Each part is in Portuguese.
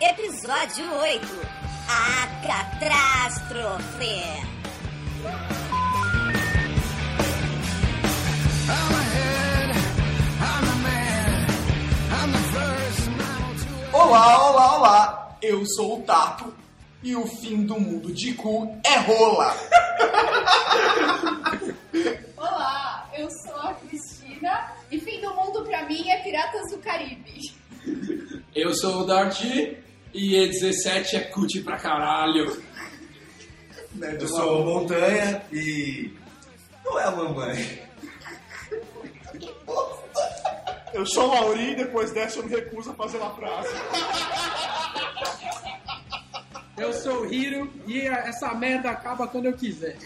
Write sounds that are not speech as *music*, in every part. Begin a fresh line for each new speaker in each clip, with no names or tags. episódio 8 A Catástrofe.
Olá, olá, olá! Eu sou o Tato e o fim do mundo de cu é rola!
Olá, eu sou a Cristina e fim do mundo pra mim é Piratas do Caribe.
Eu sou o Darty e E17 é cut pra caralho.
Eu sou o Montanha e. Não é a mamãe.
Eu sou o Mauri e depois dessa eu me recuso a fazer uma frase.
Eu sou o Hiro e essa merda acaba quando eu quiser.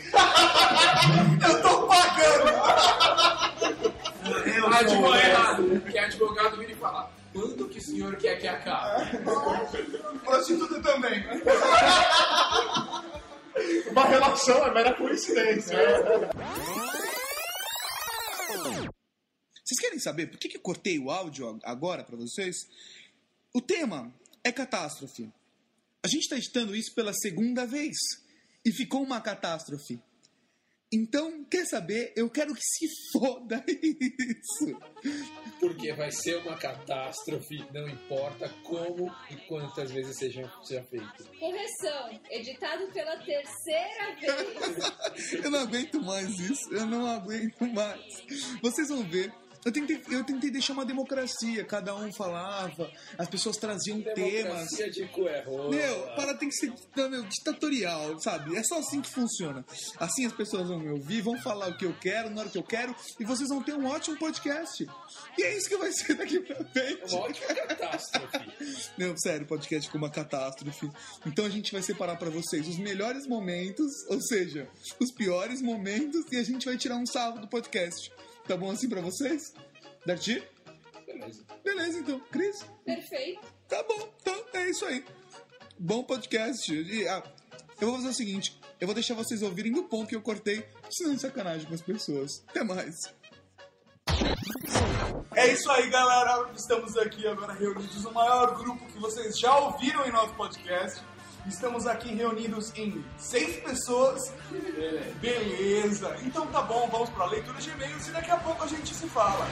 Eu tô pagando!
O
Eu sou o Wesley.
advogado, que é advogado, vira e fala: quando que o senhor quer que acabe?
Prostituta também.
*laughs* Uma relação é mera coincidência.
Vocês querem saber por que, que eu cortei o áudio a- agora pra vocês? O tema é catástrofe. A gente tá editando isso pela segunda vez e ficou uma catástrofe. Então, quer saber? Eu quero que se foda *laughs* isso.
Porque vai ser uma catástrofe, não importa como e quantas vezes seja, seja feito.
Correção, editado pela terceira vez.
Eu não aguento mais isso. Eu não aguento mais. Vocês vão ver. Eu tentei, eu tentei deixar uma democracia. Cada um falava, as pessoas traziam temas.
Democracia de cu é rola.
Meu, para tem que ser não, meu, ditatorial, sabe? É só assim que funciona. Assim as pessoas vão me ouvir, vão falar o que eu quero, na hora que eu quero, e vocês vão ter um ótimo podcast. E é isso que vai ser daqui pra frente.
É Uma ótima catástrofe.
Não, sério, o podcast ficou uma catástrofe. Então a gente vai separar pra vocês os melhores momentos, ou seja, os piores momentos, e a gente vai tirar um salvo do podcast. Tá bom assim pra vocês? Darty?
Beleza.
Beleza então. Cris?
Perfeito.
Tá bom, então é isso aí. Bom podcast. E, ah, eu vou fazer o seguinte: eu vou deixar vocês ouvirem do ponto que eu cortei, senão é sacanagem com as pessoas. Até mais.
É isso aí, galera. Estamos aqui agora reunidos no maior grupo que vocês já ouviram em nosso podcast. Estamos aqui reunidos em seis pessoas. É, Beleza. Então tá bom, vamos pra leitura de e-mails e daqui a pouco a gente se fala.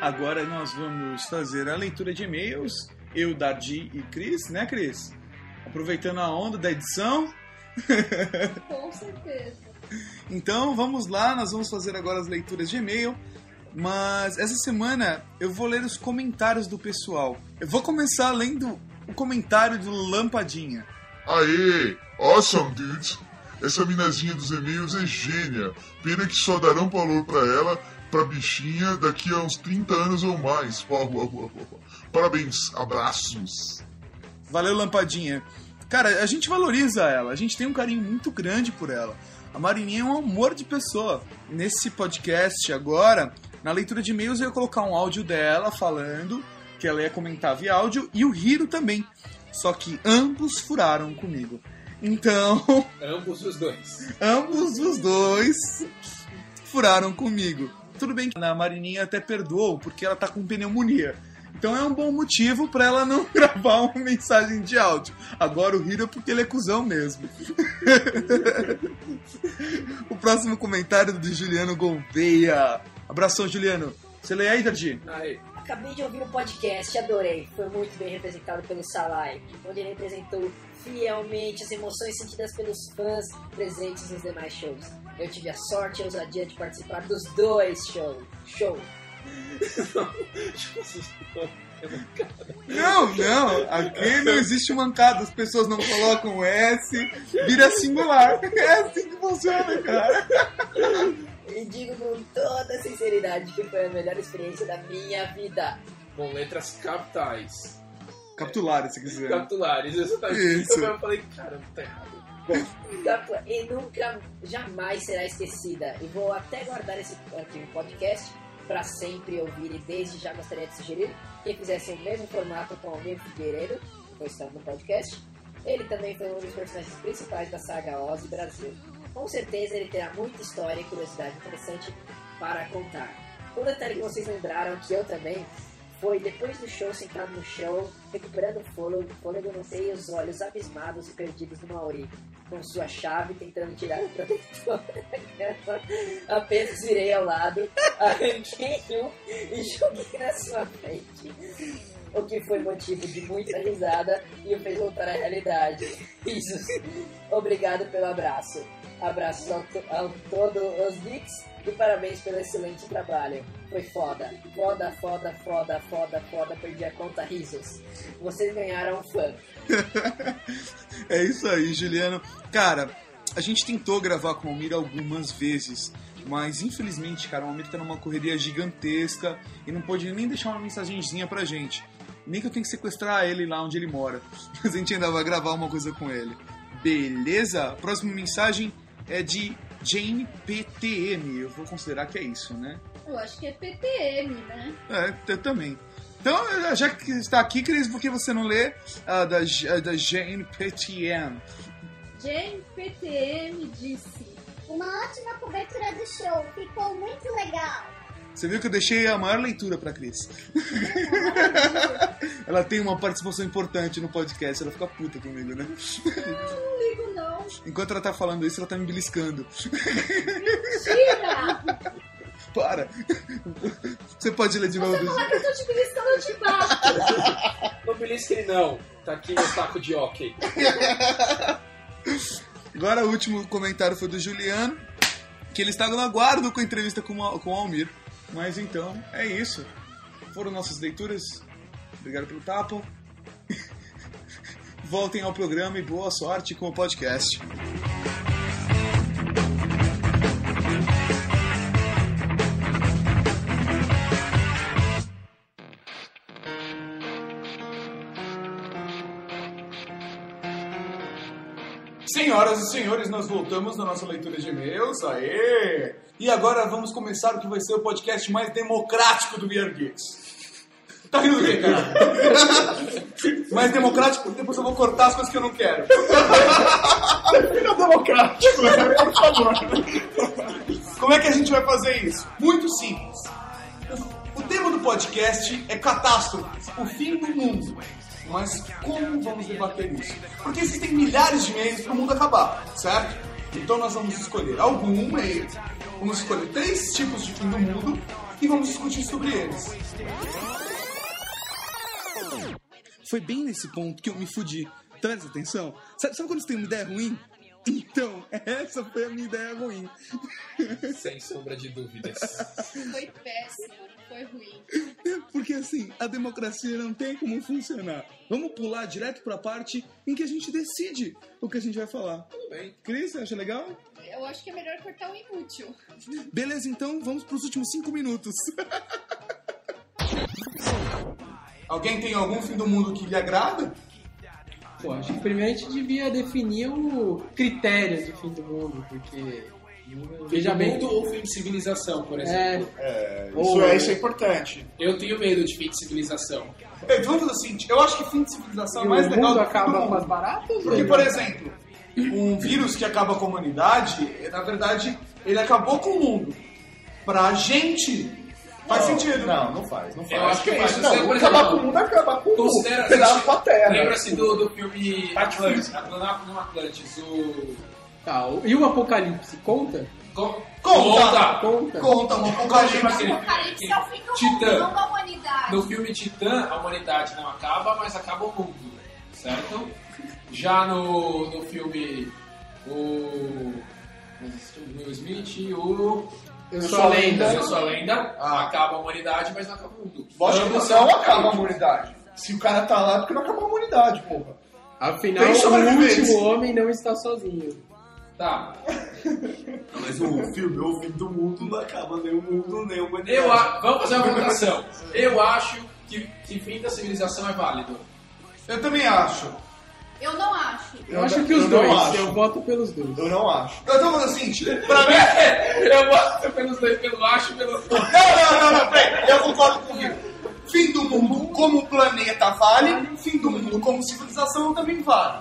Agora nós vamos fazer a leitura de e-mails. Eu, Dardi e Cris, né, Cris? Aproveitando a onda da edição.
Com certeza.
Então vamos lá, nós vamos fazer agora as leituras de e-mail. Mas essa semana eu vou ler os comentários do pessoal. Eu vou começar lendo o comentário do Lampadinha.
Aê! Awesome, dude! Essa minazinha dos e-mails é gênia. Pena que só darão valor pra ela, pra bichinha, daqui a uns 30 anos ou mais. Uau, uau, uau, uau. Parabéns, abraços!
Valeu, Lampadinha. Cara, a gente valoriza ela, a gente tem um carinho muito grande por ela. A Marininha é um amor de pessoa. Nesse podcast agora, na leitura de e-mails, eu ia colocar um áudio dela falando que ela ia comentar via áudio e o Hiro também. Só que ambos furaram comigo. Então, *laughs*
Ambos os dois.
ambos os dois furaram comigo. Tudo bem que a Marininha até perdoou porque ela tá com pneumonia. Então é um bom motivo pra ela não *laughs* gravar uma mensagem de áudio. Agora o Hiro é porque ele é cuzão mesmo. *laughs* o próximo comentário é do Juliano Gouveia. Abração, Juliano. Você lê aí, Dardi?
Aí,
Acabei de ouvir o podcast, adorei. Foi muito bem representado pelo Salai, onde ele representou fielmente as emoções sentidas pelos fãs presentes nos demais shows. Eu tive a sorte e a ousadia de participar dos dois shows. Show!
Não, não. Aqui não existe mancada. As pessoas não colocam S. Vira singular. *laughs* É assim que funciona, cara.
E digo com toda sinceridade que foi a melhor experiência da minha vida.
com letras capitais.
Capitular, se quiser.
Capitulares, exatamente.
é. Isso.
Eu falei, caramba, tá errado.
Capua, Então, e nunca, jamais será esquecida. E vou até guardar esse aqui, um podcast para sempre ouvir. E desde já gostaria de sugerir que fizessem o mesmo formato com o Almir Figueiredo, que foi estado no podcast. Ele também foi um dos personagens principais da saga Oz Brasil. Com certeza ele terá muita história e curiosidade interessante para contar. Um detalhe que vocês lembraram, que eu também, foi depois do show, sentado no chão, recuperando o fôlego, fôlego eu notei os olhos abismados e perdidos no Mauri com sua chave tentando tirar o protetor. *laughs* Apenas virei ao lado, arranquei um e joguei na sua frente. O que foi motivo de muita risada e o fez voltar à realidade. Isso. Obrigado pelo abraço. Abraço ao, to- ao todo os Dicks e parabéns pelo excelente trabalho. Foi foda. Foda, foda, foda, foda, foda. Perdi a conta, risos. Vocês ganharam um fã.
É isso aí, Juliano. Cara, a gente tentou gravar com o Almir algumas vezes, mas infelizmente, cara, o Almir tá numa correria gigantesca e não pôde nem deixar uma mensagenzinha pra gente. Nem que eu tenha que sequestrar ele lá onde ele mora. *laughs* Mas a gente ainda vai gravar uma coisa com ele. Beleza? A próxima mensagem é de Jane PTM. Eu vou considerar que é isso, né?
Eu acho que é PTM, né?
É, eu também. Então, já que está aqui, Cris, por que você não lê a da, J- a da Jane PTM?
Jane PTM disse.
Uma ótima cobertura do show, ficou muito legal.
Você viu que eu deixei a maior leitura pra Cris. ela tem uma participação importante no podcast, ela fica puta comigo, né?
Não ligo não.
Enquanto ela tá falando isso, ela tá me beliscando. *laughs*
*laughs* Tira!
Para! Você pode ler de novo.
Falar é que eu tô te beliscando de baixo.
Não belisque não. Tá aqui meu saco de hockey.
Agora o último comentário foi do Juliano, que ele estava no aguardo com a entrevista com, o Al- com o Almir. Mas então, é isso. Foram nossas leituras. Obrigado pelo tapa. *laughs* Voltem ao programa e boa sorte com o podcast.
Senhoras e senhores, nós voltamos na nossa leitura de e-mails. Aê! E agora vamos começar o que vai ser o podcast mais democrático do We Are Geeks. Tá rindo do quê,
*laughs*
cara? mais democrático, depois eu vou cortar as coisas que eu não quero.
Fica democrático, né? Por favor.
Como é que a gente vai fazer isso? Muito simples. O tema do podcast é catástrofe, o fim do mundo. Mas como vamos debater isso? Porque existem milhares de meios para o mundo acabar, certo? Então nós vamos escolher algum meio, vamos escolher três tipos de fim do mundo e vamos discutir sobre eles.
Foi bem nesse ponto que eu me fudi. Tá presta atenção? Sabe, sabe quando você tem uma ideia ruim? Então, *laughs* essa foi a minha ideia ruim.
Sem sombra de dúvidas.
Foi péssimo, foi ruim.
Porque assim, a democracia não tem como funcionar. Vamos pular direto pra parte em que a gente decide o que a gente vai falar.
Tudo bem.
Cris, você acha legal?
Eu acho que é melhor cortar o inútil.
Beleza, então vamos pros últimos cinco minutos.
Alguém tem algum fim do mundo que lhe agrada?
Pô, acho que primeiro a gente devia definir o critério de fim do mundo, porque. Veja bem,
Fim do mundo ou fim de civilização, por
é,
exemplo.
Ou- é- isso é
importante.
Eu tenho medo de fim de civilização.
Então vamos fazer o seguinte, eu acho que fim de civilização é
o
mais
mundo
legal do que fim do
acaba com
mundo.
as baratas?
Porque,
né?
por exemplo, um vírus que acaba com a humanidade, é, na verdade, ele acabou com o mundo. Pra gente, faz sentido. né?
Não, não faz, não faz.
Eu acho que faz.
Não,
Você, por
acabar
exemplo,
com o mundo é acabar com o mundo.
Considera-
Pedaço pra
É, né?
terra.
Lembra-se do, do filme Atlantis, Atlantis, no Atlantis, o...
Tá, o- e o apocalipse? Conta?
Co-
Conta!
Conta.
Conta, um apocalipse.
Aquele-
Apocalipse é o fim do
Titã.
mundo, não da humanidade.
No filme Titã, a humanidade não acaba, mas acaba o mundo, certo? Já no, no filme o o Will Smith, o
Eu
Eu
sou a
Lenda,
lenda.
Eu Sou a Lenda, acaba a humanidade, mas não acaba o mundo.
Lógico
Ambos
que
é um
não
são-
acaba a humanidade. Se o cara tá lá, porque não acaba a humanidade, porra.
Afinal,
Tem
o
sobreviventes.
último homem não está sozinho.
Tá.
Mas o filme, o fim do mundo, não acaba nem o mundo, nem a humanidade.
Eu a... Vamos fazer uma votação. Eu acho que, que fim da civilização é válido.
Eu também acho.
Eu não acho.
Eu, acho que
eu
os
não
dois.
acho.
Eu voto pelos dois.
Eu não acho.
Então vamos fazer o seguinte, pra mim...
*laughs* Eu gosto pelos dois, pelo acho e pelos dois.
Não, não, não, não, peraí, eu concordo com o Vitor. Fim do mundo como planeta vale, fim do mundo como civilização também vale.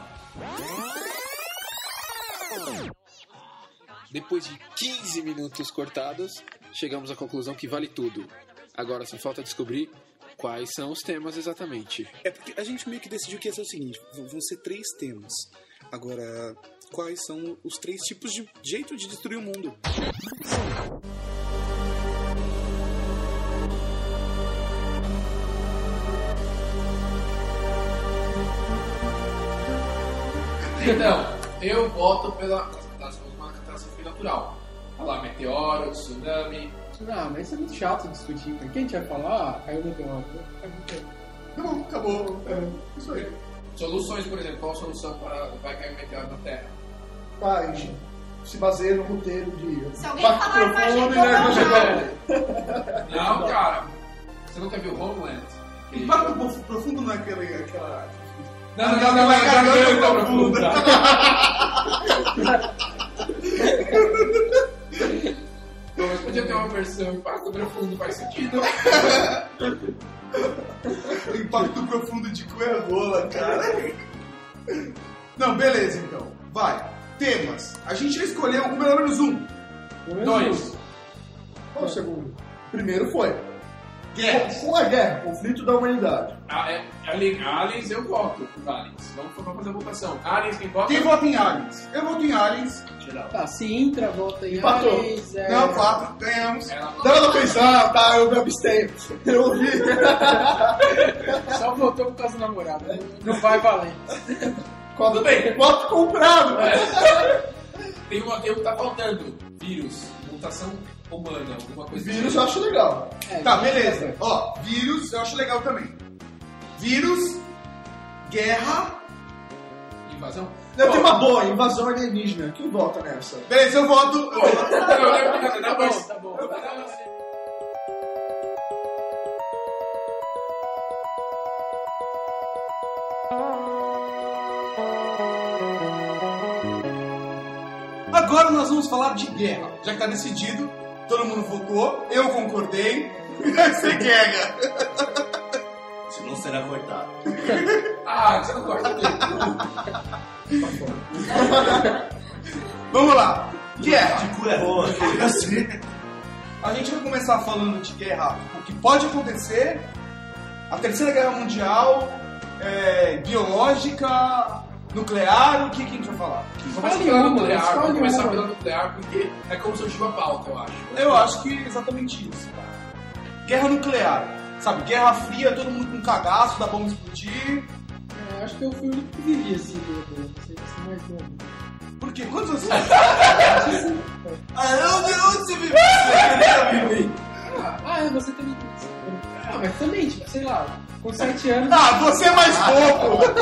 Depois de 15 minutos cortados, chegamos à conclusão que vale tudo. Agora só falta descobrir quais são os temas exatamente.
É porque a gente meio que decidiu que ia ser o seguinte: v- vão ser três temas. Agora, quais são os três tipos de jeito de destruir o mundo?
Então, eu voto pela catástrofe, uma catástrofe natural. Olha lá, meteoro, tsunami.
Ah, mas isso é muito chato de discutir. cara. Quem a gente vai falar? Ah, caiu no meteoro.
Tá bom, acabou. É, isso aí.
Soluções, por exemplo, qual a solução para vai cair um meteoro na Terra?
Mas se baseia no roteiro de.
Se alguém falar Armagedon,
né?
não acho.
Não, cara. Você nunca viu Homeland?
Impacto prof- profundo não é aquele, aquela.
Não, não, não, então, não,
Aquela
não,
garganta
não, não,
profunda.
não, não. Bom, Então, mas Podia ter uma versão impacto profundo, faz sentido.
Impacto profundo de Coerrola, cara. Não, beleza então. Vai. Temas. A gente já escolheu um, pelo menos um.
Dois.
Qual o segundo? Primeiro foi.
Guerras.
Com a guerra, conflito da humanidade.
Ah, é, alien- aliens, eu voto os aliens. Vamos, vamos fazer a votação. Aliens, quem vota?
Quem vota em aliens? Eu voto em aliens.
Tá, se entra, volta em
Empatou.
Ares, é...
Não, quatro. Ganhamos.
Ela
Não, eu não pensar, tá, eu me abstenho. Eu ouvi.
Só votou por causa do namorado. né? Não vai valer.
Tudo bem, voto comprado.
né?
Tem, uma, tem um que tá faltando. Vírus. Mutação humana. Alguma coisa
Vírus
assim.
eu acho legal.
É,
Tá, beleza. Ó, vírus eu acho legal também. Vírus, guerra.
Invasão.
Eu
Bom,
tenho uma boa, invasão alienígena. Quem vota nessa?
Beleza, eu voto. eu voto.
Não, não, não, não,
Tá
mas-
bom, tá bom.
Agora nós vamos falar de guerra. Já que tá decidido, todo mundo votou, eu concordei. *laughs* Você guerra.
Se não será cortado.
Ah, você não gosta dele.
Vamos lá. Guerra.
De cu é bom.
*laughs* A gente vai começar falando de guerra, o que pode acontecer, a terceira guerra mundial, é, biológica, nuclear, o que, que a gente vai falar?
Começa
Escolhe
pela
uma,
nuclear.
escolhe
Vamos começar
uma.
pela nuclear porque é como surgiu a pauta, eu acho.
Eu acho que é exatamente isso. Guerra nuclear, sabe? Guerra fria, todo mundo com um cagaço, dá bomba explodir.
É, acho que eu fui o único que vivi esse jogo. Não sei se mais novo.
Por quê? Quantos
*laughs*
anos você Ah, eu não você viveu? Você nunca
é,
viveu.
Ah, ah, você também. Ah, mas também, tipo, sei lá, com 7 anos.
Ah, você é
*laughs*
mais bobo!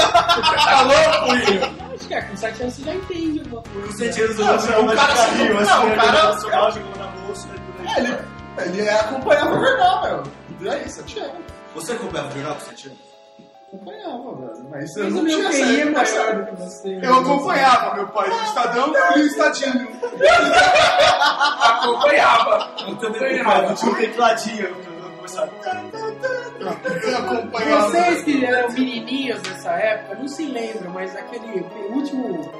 Tá louco, Will?
Acho que é, com 7 anos você já entende alguma coisa.
Com 7 anos eu
Não,
não sei
o
mais
cara-
de carrinho,
não,
assim,
o
ele
cara- é
jogava nacional, jogava na bolsa, né, e por aí.
Ele é acompanhava o jornal, meu.
E aí, 7 anos. Você acompanhava o jornal com 7 anos? Acompanhava, velho. Mas eu
Mas o
não
meu
tinha
QI é
saído dessa-
maior do que você. né?
Eu acompanhava meu pai do Estadão e o Estadinho.
Acompanhava.
Eu também acompanhava, tinha um tecladinho. eu- eu começava-
Eu acompanhava.
Vocês que eram menininhos nessa época não se lembram, mas aquele último.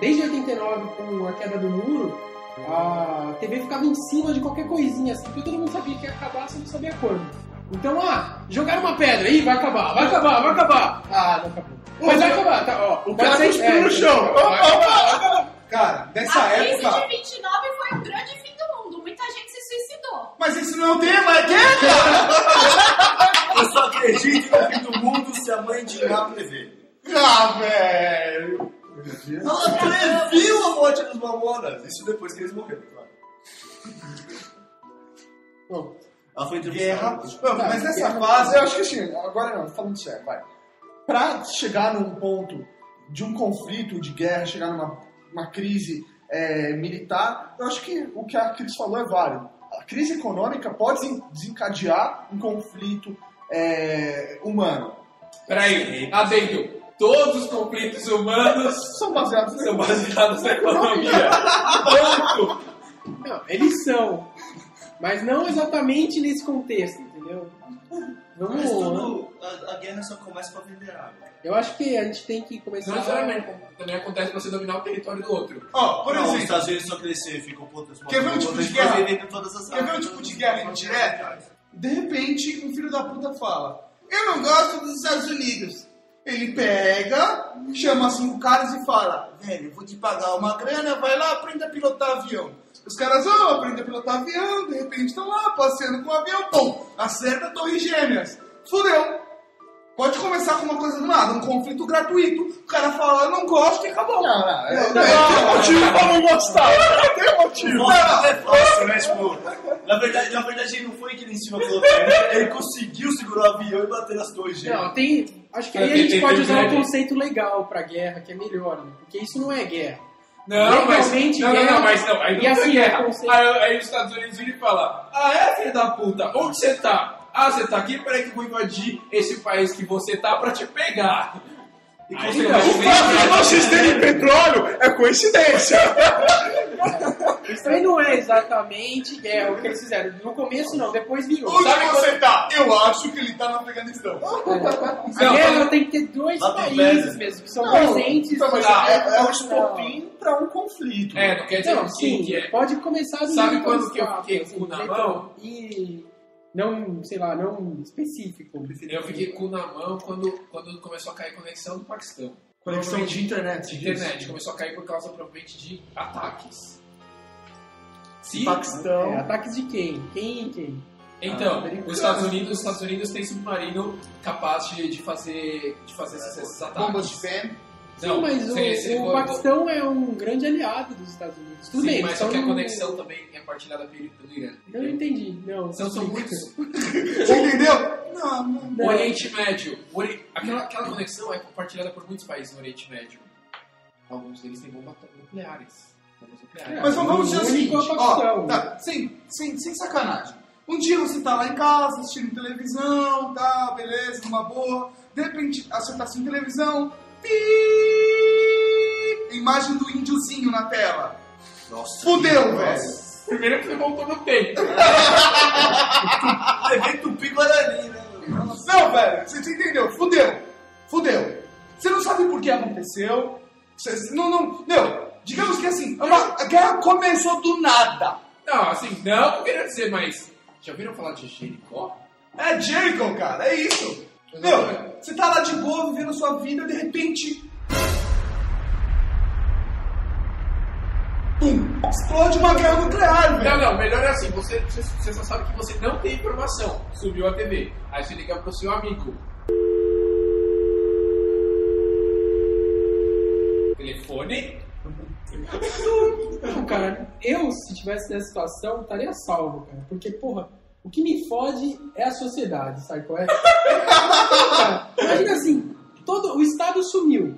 Desde 89, com a queda do muro, a TV ficava em cima de qualquer coisinha, assim, porque todo mundo sabia que ia acabar, só não sabia quando. Então, ah, jogaram uma pedra, ih, vai acabar, vai acabar, vai acabar. Ah, não acabou. Mas vai acabar, tá, ó.
O cara
Mas
é,
cuspiu no chão. Cara, nessa
Ah,
A crise
época.
de 29 foi um grande fim do mundo. Muita gente se suicidou.
Mas isso não é um tema, é guerra!
*laughs* Eu só acredito no fim do mundo se a mãe de Iná prever.
Ah, velho!
Ela previu a morte dos mamonas. Isso depois que eles morreram, claro.
Bom,
Ela foi entrevistada.
Guerra. Não, mas nessa
Mas
fase.
eu acho que assim, agora não, falando sério, vai. Pra chegar num ponto de um conflito, de guerra, chegar numa uma crise é, militar, eu acho que o que a Cris falou é válido. A crise econômica pode desen- desencadear um conflito é, humano.
Peraí, adendo. Todos os conflitos humanos
são baseados,
são baseados na economia. Ponto.
Não, eles são. Mas não exatamente nesse contexto, entendeu?
Mas
Vamos.
tudo, a, a guerra só começa pra vender água.
Eu acho que a gente tem que começar.
Não necessariamente. Também acontece você dominar o território do outro.
Ó, por
não,
exemplo-
Os Estados Unidos só crescer, ficam pontas
Quer ver um tipo de guerra? Quer ver um tipo de guerra indireta? De repente, um filho da puta fala: Eu não gosto dos Estados Unidos. Ele pega, chama cinco caras e fala: Velho, vou te pagar uma grana, vai lá, aprenda a pilotar avião. Os caras vão, aprendem a pilotar avião, de repente estão lá passeando com o avião, pum, acerta a Torre Gêmeas. Fudeu. Pode começar com uma coisa do nada, um conflito gratuito. O cara fala, eu não gosto e acabou. Não, não,
não,
motivo pra não gostar. Tem motivo.
Não, não, é fácil, né? Tipo, na verdade, na verdade ele não foi que ele em cima colocou. Ele, ele conseguiu segurar o avião e bater nas torres, gente.
Não, tem. Acho que aí
É,
a
Tem-
gente
tem-
pode
tem
usar
né?
um
greve.
conceito legal pra guerra, que é melhor, né? Porque isso não é guerra.
Não, mas,
Legalmente,
não, não,
guerra-
não, mas não. Aí
e
não
assim,
foi
é
guerra.
conceito-
Aí, aí os Estados Unidos viram e falam: Ah, é, filho da puta, onde você tá? Ah, você tá aqui? Peraí que eu vou invadir esse país que você tá pra te pegar. E
Aí
você
não.
vai é
Ah, mas vocês
terem petróleo é coincidência.
Isso aí não é exatamente guerra, o que eles fizeram. No começo não, depois virou.
Onde
Sabe
você tá? Eu acho que ele tá no Afeganistão.
quando- A guerra tem que ter dois
Lá tem
países
né?
guerra.
mesmo, que são
Não,
presentes.
então, mas
Ah,
é- é um
estopim pra um conflito.
É, não quer dizer
Não,
que-
sim,
que é.
pode começar do
Sabe
jeito
quando que eu
estava,
fiquei com o cu na
assim,
mão?
E não, sei lá, não específico.
Eu fiquei cu na mão quando, quando começou a cair conexão do Paquistão.
Conexão de internet.
De
disso.
internet. Começou a cair por causa provavelmente de ataques. Se-
Paquistão.
É, ataques de quem? Quem e quem?
Então,
americano.
os, Estados Unidos, os Estados Unidos tem submarino capaz de, de fazer, de fazer esses, esses ataques.
Bombas de pé.
Sim, mas o,
sem esse-
o Paquistão é um grande aliado dos Estados Unidos. Tudo
Sim,
bem,
mas
são- um-
só que a conexão também é partilhada pelo pelo Irã.
Eu não entendi, não.
Então são
explica.
muitos.
Você entendeu? Não,
O Oriente Médio. o Ori- Aquela, aquela conexão é compartilhada por muitos países no Oriente Médio. Alguns deles têm bombas nucleares. Bombas nucleares.
Mas vamos, vamos dizer o
Único
seguinte,
é
ó,
Paquistão.
tá, sem, sem, sem sacanagem. Um dia você tá lá em casa, assistindo televisão, tá, beleza, numa boa. De repente, ah, você tá assistindo televisão, pi, imagem do índiozinho na tela.
Nossa.
Fudeu, velho.
Primeiro que você voltou no tempo.
Levei tupi guarani, né?
Não, velho, você, você entendeu? Fudeu. Fudeu. Você não sabe por que aconteceu. Você, você- não, não, meu, digamos que assim, é uma- a guerra começou do nada.
Não, assim, não queria dizer, mas. Já ouviram falar de Jericó?
É Jericho, cara, é isso. Meu, você tá lá de boa, vivendo sua vida, de repente. Pum! Explode uma guerra nuclear,
Não,
velho.
não, melhor é assim, você, você- você só sabe que você não tem informação. Subiu a TV. Aí você liga pro seu amigo. Telefone?
Não, cara, eu, se tivesse nessa situação, estaria salvo, cara. Porque, porra, o que me fode é a sociedade, sabe qual é? *laughs* Cara, imagina assim, todo, o Estado sumiu,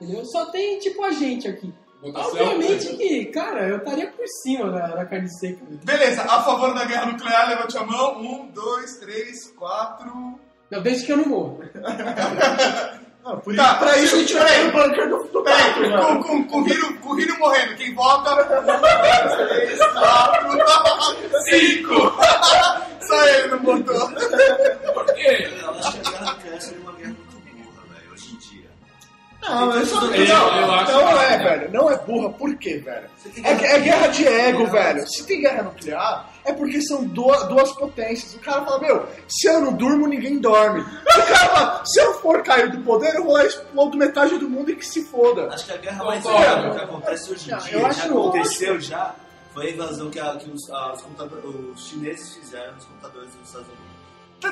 entendeu? Só tem, tipo, a gente aqui.
Votação? né?
Obviamente que, cara, eu estaria por cima da, da carne seca.
Beleza, a favor da guerra nuclear, levante a mão. Um, dois, três, quatro.
Não, desde que eu não morro.
tá, pra isso a gente vai no bunker do Peraí, com, com, com, o Hiro- com o Hiro morrendo, quem vota? Um, dois, três, quatro, cinco. Só ele não botou.
Por quê?
Eu acho que a guerra nuclear seria uma guerra muito burra, velho, hoje em dia.
Não, eu só... não,
Eu- eu acho
Então,
não é,
que-
velho. Não é burra. Por quê, velho? É, que- é guerra de ego, velho. Se tem guerra nuclear, é porque são duas, duas potências. O cara fala, meu, se eu não durmo, ninguém dorme. O cara fala, se eu for cair do poder, eu vou lá e explodo metade do mundo e que se foda.
Acho que a guerra mais
Concordo.
grave que acontece hoje em
Não,
dia,
eu
já
acho
aconteceu já, foi a invasão que, a- que os, a- os computador- os chineses fizeram nos computadores dos Estados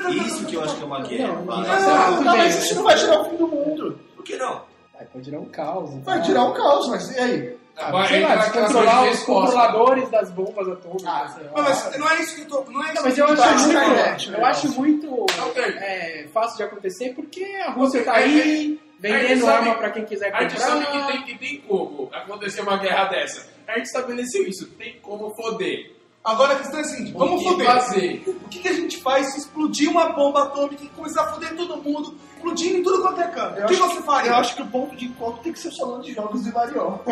Unidos. Isso que eu acho que assim, é uma guerra.
Não,
vai.
não, não.
Não, mas isso não vai tirar o fim do mundo.
Por que não?
Aí pode tirar um caos. então.
Vai tirar o caos, mas e aí?
Ah,
Vai
sei lá,
entrar aquela
descontrolar
coisa de
os
resposta.
controladores das bombas atômicas.
Ah.
sei lá.
Não, mas não é isso que eu tô. Não é isso
Não, mas
que
eu
tô-
acho muito,
internet,
eu
né?
acho muito
Ok.
é, fácil de acontecer porque a Rússia
Ok,
tá
aí-
aí
aí eles
vendendo
sabem-
arma É pra quem quiser
é, A gente sabe que
comprar.
tem, que tem como acontecer uma guerra dessa. A gente estabeleceu isso, tem como foder.
Agora a questão é a seguinte: vamos
o que
foder.
fazer?
O que, que a gente faz se explodir uma bomba atômica e começar a foder todo mundo explodindo em tudo quanto é canto. O que você faria?
Eu acho que o ponto de encontro tem que ser o salão de jogos de
*laughs*
Variol.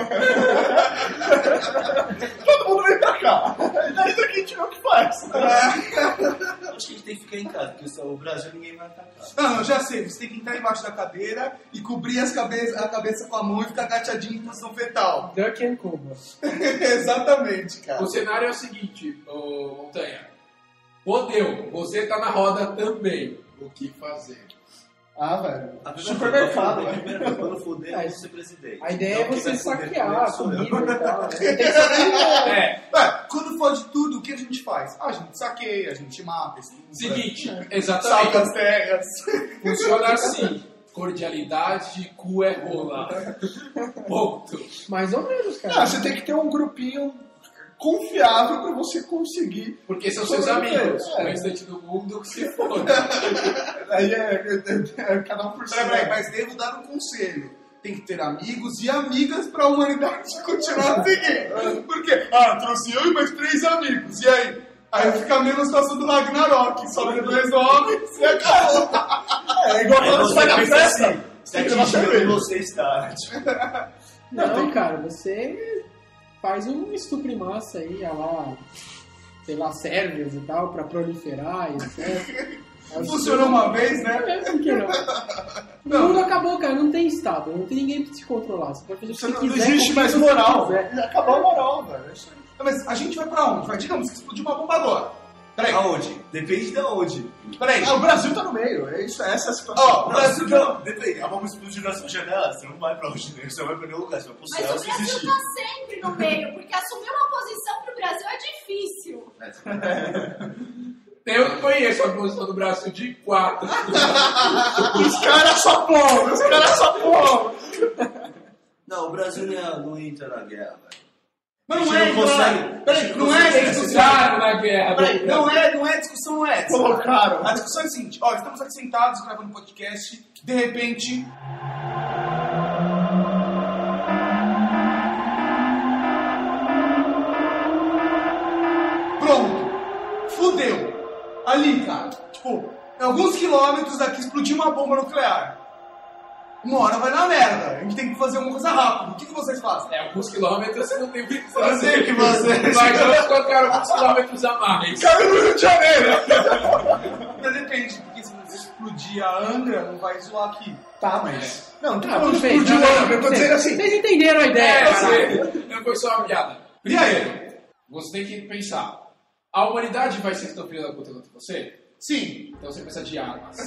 Todo mundo vem pra cá. E daí daqui a gente vê o que faz.
É.
Acho que a gente tem que ficar em casa, porque se é o Brasil ninguém vai atacar.
Não, não, já sei. Você tem que entrar embaixo da cadeira e cobrir as cabe- a cabeça com a mão e ficar agachadinho em posição fetal. *laughs*
Duck and Cobra.
Exatamente, cara.
O cenário é o seguinte, ô Montanha. Podeu, você tá na roda também. O que fazer?
Ah, velho.
A primeira
Supermercado,
coisa, a primeira coisa,
velho.
Tá Quando foder, eu vou ser presidente.
A ideia é
Então, quem
você
vai foder
saquear
primeiro
a
sou eu.
comida e tal. né?
*laughs*
Tem que saquear.
É,
Ué, quando for de tudo, o que a gente faz? Ah, a gente saqueia, a gente mata, estuda,
seguinte,
salta
exatamente.
as terras.
Funciona assim. Cordialidade, cu é rola. Ponto.
Mais ou menos, cara.
Ah, você tem que ter um grupinho confiável pra você conseguir.
Porque são seus
Sobreviver.
amigos. O
É.
restante do mundo que se foda.
Aí é, é- é- é cada um por si.
Peraí, peraí, mas devo dar um conselho. Tem que ter amigos e amigas pra humanidade *laughs* continuar
É.
seguindo. Por quê? Ah, trouxe eu e mais três amigos. E aí? Aí fica a mesma situação do Ragnarok.
É.
Sobra dois homens e acabou. É igual
Aí
quando
você
você vai na
pensa
festa.
assim, se
tem que tomar
atingir onde
cerveja.
você está.
Não, cara, você faz um estupro em massa aí, a lá, sei lá, sérvias e tal, pra proliferar e etc. Aí
É, Funcionou uma vez,
você-
né?
É, por que não? O mundo acabou, cara, não tem Estado, não tem ninguém pra te controlar. Você pode fazer o que
Você
você
não- não
quiser.
existe
com
mais
quem você
moral.
né?
quiser.
Acabou a moral, velho. É
Ah, Mas a gente vai pra onde? Vai, digamos que explodiu uma bomba agora. Peraí,
Aonde? Depende de onde.
peraí.
Ah, o Brasil tá no meio. É isso, essa é a situação.
Ó, o Brasil tá...
Não, depende. A bomba explodiu na sua janela, você não vai pra onde, né? Você vai pra nenhum lugar, você vai pro
Mas
céu
o
se
Brasil
existir.
tá sempre no meio, porque assumir uma posição pro Brasil é difícil.
Eu conheço a posição do braço de quatro.
Ah,
Os caras só pomos, os caras só pomos.
Não, o Brasil não, é- não entra na guerra, velho.
Mas não
A
é,
gente não consegue.
não Peraí, não é
consegue
isso,
Entraram na guerra.
Peraí, não é, não é discussão, não é. essa.
Colocaram.
A discussão é a seguinte, ó, estamos aqui sentados gravando podcast, de repente. Pronto! Fudeu! Ali, cara. Tipo, em alguns quilômetros daqui explodiu uma bomba nuclear. Uma hora vai na merda. A gente tem que fazer alguma coisa rápido. O que, que vocês fazem?
É, alguns quilômetros você não tem o que
Eu sei
fazer.
o que fazer.
Mas elas colocaram alguns quilômetros a mais.
Caiu no Rio de Janeiro! Mas depende, porque se você explodir a Angra, não vai zoar aqui.
Tá, mas. Não,
Ah,
tá
um
tudo bem.
explodiu
Não,
o
não,
Angra. Eu tô
vocês-
dizendo assim.
Vocês entenderam a ideia,
É, eu
cara.
sei. Não foi só uma piada. Primeiro, você tem que pensar. A humanidade vai ser tão da conta quanto você?
Sim.
Então você precisa
*laughs*
de armas.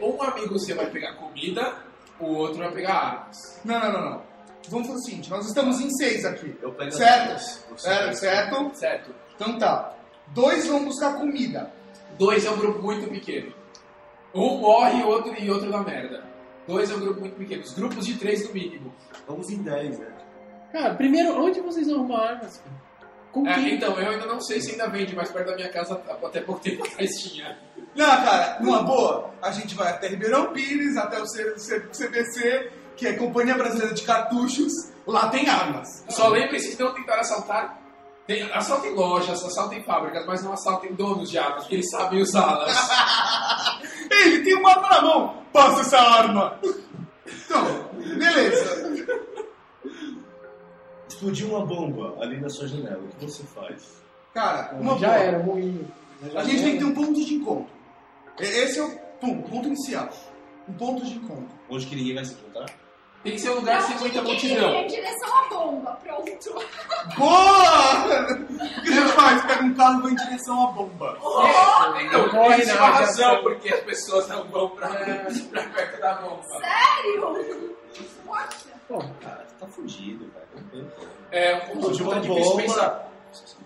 um amigo seu vai pegar comida, o outro vai pegar armas.
Não, não, não, não. Vamos fazer o seguinte, nós estamos em seis aqui.
Eu pego as duas.
Certo?
Você
Certo,
pega-
certo?
Certo?
Então tá. Dois vão buscar comida.
Dois é um grupo muito pequeno. Um morre outro, e outro na merda. Dois é um grupo muito pequeno. Os grupos de três no mínimo.
Vamos em 10, né?
Cara, primeiro, onde vocês vão arrumar armas? cara? Com
É,
quem?
então, eu ainda não sei se ainda vende, mas perto da minha casa até pouco tempo atrás tinha.
Não, cara, numa boa, a gente vai até Ribeirão Pires, até o C- C- CBC, que é Companhia Brasileira de Cartuchos. Lá tem armas.
Só lembre-se de não tentar assaltar. Tem, assaltem lojas, assaltem fábricas, mas não assaltem donos de armas, porque eles sabem usá-las.
Ei, ele tem uma arma na mão. Passa essa arma. Então, beleza.
Explodiu uma bomba ali na sua janela, o que você faz?
Cara, uma
Já
boa.
era, ruim.
A gente tem que ter um ponto de encontro. E- Esse é o ponto, ponto inicial. Um ponto de encontro.
Onde que ninguém vai se juntar?
Tem que ser um lugar sem
*laughs*
muita multidão.
Em é direção à bomba, pronto. *laughs*
Boa! O que a gente faz? Pega um carro e vai em direção à bomba.
Então,
Morre
existe
na
uma
radiação.
razão porque as pessoas não vão pra, pra perto da bomba.
Sério? Poxa.
Pô,
Cara, você tá fugido, velho.
É, um ponto de
Explodiu uma
tá difícil pensar.
bomba.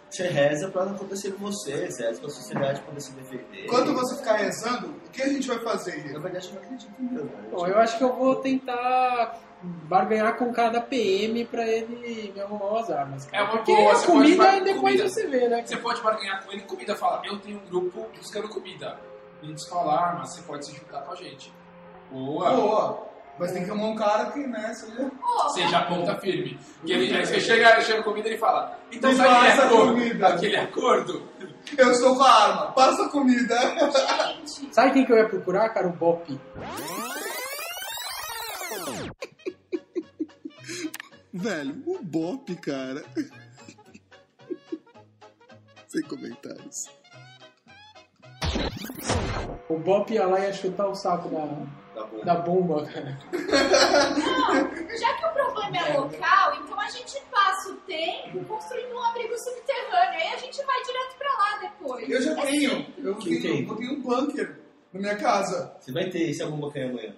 Você reza pra não acontecer com você, você reza pra sociedade poder se defender.
Enquanto você ficar rezando, o que a gente vai fazer,
Na
Hiro?
verdade, eu não acredito em Deus, velho.
Bom, eu acho que eu vou tentar barganhar com cada PM pra ele me arrumar umas armas. Cara.
É uma
Porque
boa,
a
você
comida
pode-
e depois
comida.
você vê, né?
Você pode barganhar com ele comida. Fala, eu tenho um grupo buscando comida. Eles falam, ah, mas você pode se juntar com a gente. Boa!
Boa! Mas tem que arrumar um cara que, né, seja...
Pô,
Seja ponta firme. Que ele, aí você chega, chega comida e ele fala, então
Me
sabe aquele
passa a
acordo?
comida.
Aquele acordo?
Eu estou com a arma, passa comida.
Sabe quem que eu ia procurar, cara? O Bop.
Velho, o Bop, cara. *laughs* Sem comentários.
O Bop ia lá e ia chutar o saco da, da bomba, cara.
Não, já que o problema é local, então a gente passa o tempo construindo um abrigo subterrâneo. Aí a gente vai direto pra lá depois.
Eu já
É
tenho. Eu tenho, eu tenho um bunker na minha casa.
Você vai ter esse bomba cair amanhã.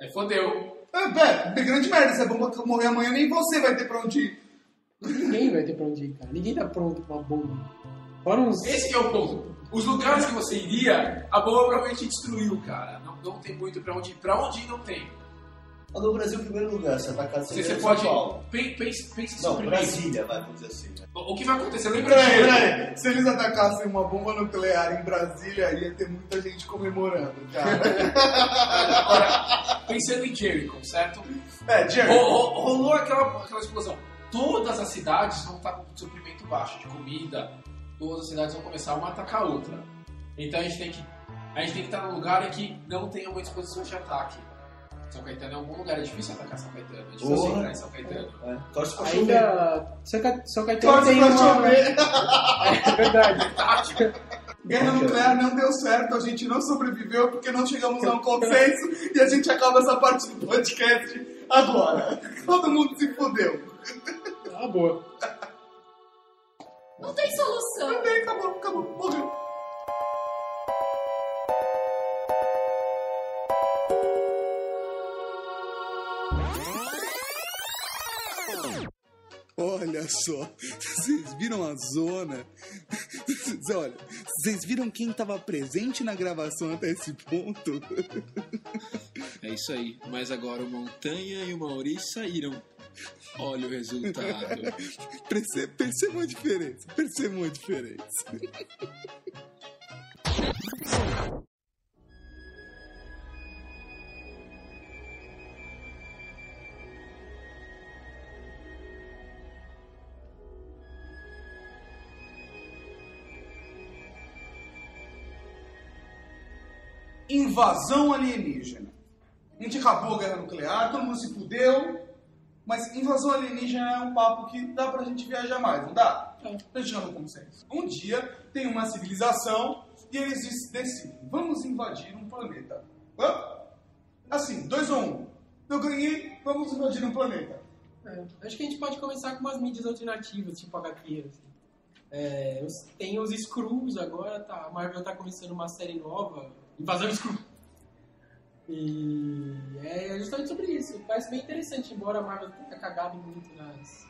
É, fodeu.
É, pera, grande merda, se é a bomba morrer amanhã, nem você vai ter pra onde ir.
Ninguém vai ter pra onde ir, cara. Ninguém tá pronto pra uma bomba. Fora uns.
Esse que é o ponto. Os lugares que você iria, a bomba provavelmente destruiu, cara. Não, não tem muito pra onde ir. Pra onde ir não tem.
No Brasil, em primeiro lugar, se atacar
Você, você
é
pode.
São Paulo.
Pen- Pense, pense
Não,
sobre
Brasília, vai, vamos dizer assim.
isso. O o que vai acontecer? Lembra
Peraí,
de.
peraí. Se eles atacassem uma bomba nuclear em Brasília, ia ter muita gente comemorando,
*laughs*
cara.
Agora, pensando em Jericho, certo?
É, Jerry.
Ro- ro- rolou aquela, aquela explosão. Todas as cidades vão estar com suprimento baixo de comida. Todas as cidades vão começar uma a atacar a outra. Então a gente tem que a gente tem que estar num lugar em que não tenha uma disposição de ataque. São Caetano é um bom lugar, é difícil atacar São Caetano, é difícil
Porra.
entrar em São Caetano.
É. Torce pra chover.
Ainda. Só que, só que
Torce
tem
pra
uma...
chover.
*laughs* É verdade.
Guerra nuclear não deu certo, a gente não sobreviveu porque não
*laughs*
chegamos a um consenso e a gente acaba essa parte do podcast agora. *laughs* Todo mundo se fudeu.
Tá boa.
Não tem solução.
Bem, acabou, acabou, morreu.
Olha só, vocês viram a zona? Vocês- Olha, vocês viram quem estava presente na gravação até esse ponto?
É isso aí. Mas agora o Montanha e o Mauri saíram. Olha o resultado.
Perce- Percebam a diferença, percebam a diferença.
Invasão alienígena. A gente acabou a guerra nuclear, todo mundo se fudeu, mas invasão alienígena é um papo que dá pra gente viajar mais, não dá? A gente não tem consenso. Um dia tem uma civilização e eles dis- decidem, vamos invadir um planeta. Hã? Assim, dois ou um. Eu ganhei, vamos invadir um planeta.
É, acho que a gente pode começar com umas mídias alternativas, tipo HQ. Assim. É, os- tem os Screws agora, tá, a Marvel tá começando uma série nova, Invasão Screw. E é justamente sobre isso. Parece bem interessante, embora a Marvel tenha cagado muito nas,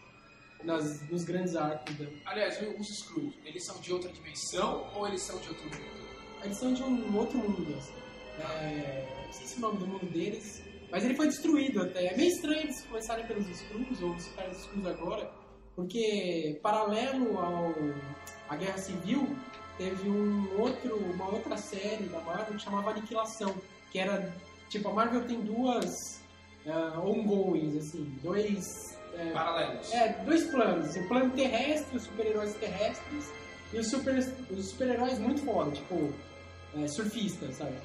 nas- nos grandes arcos dela.
Aliás, os Skrulls, eles são de outra dimensão ou eles são de outro mundo?
Eles são de um outro mundo, assim. É, não sei se é o nome do mundo deles, mas ele foi destruído até. É meio estranho eles começarem pelos Skrulls, ou os caras Skrulls agora, porque paralelo ao à Guerra Civil, teve um outro, uma outra série da Marvel que chamava Aniquilação, que era, tipo, a Marvel tem duas ah, ongoings, assim, dois... é,
Paralelos.
é, dois planos. O plano terrestre, os super-heróis terrestres, e os super- os super-heróis muito foda, tipo, é, surfistas, sabe?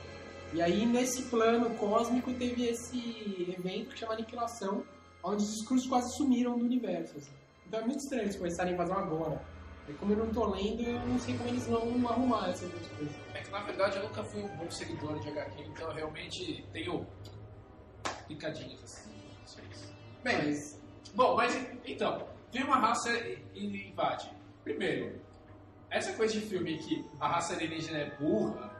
E aí, nesse plano cósmico, teve esse evento que chama Aniquilação, onde os Skrulls quase sumiram do universo. assim. Então é muito estranho eles começarem a invasão agora. E como eu não tô lendo, eu não sei como eles vão arrumar essas duas coisas.
É que na verdade eu nunca fui um bom seguidor de HQ, então eu realmente tenho picadinhas assim. não sei se- Bem,
Mas-
bom, mas então, vem uma raça e, e invade. Primeiro, essa coisa de filme que a raça alienígena é burra,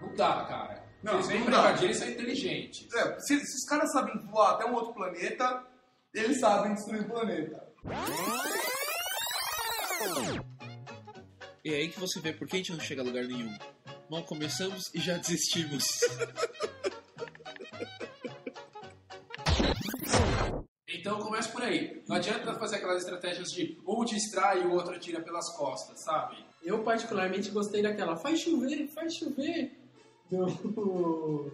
não dá, cara.
Não,
eles vêm
não
pra
dá.
invadir, eles são inteligentes.
É, se, se os caras sabem voar até um outro planeta, eles sabem destruir o planeta.
E é aí que você vê por que a gente não chega a lugar nenhum. Mal começamos e já desistimos.
Então começa por aí. Não adianta fazer aquelas estratégias de um distrai e o outro atira pelas costas, sabe?
Eu particularmente gostei daquela faz chover, faz chover *laughs* do.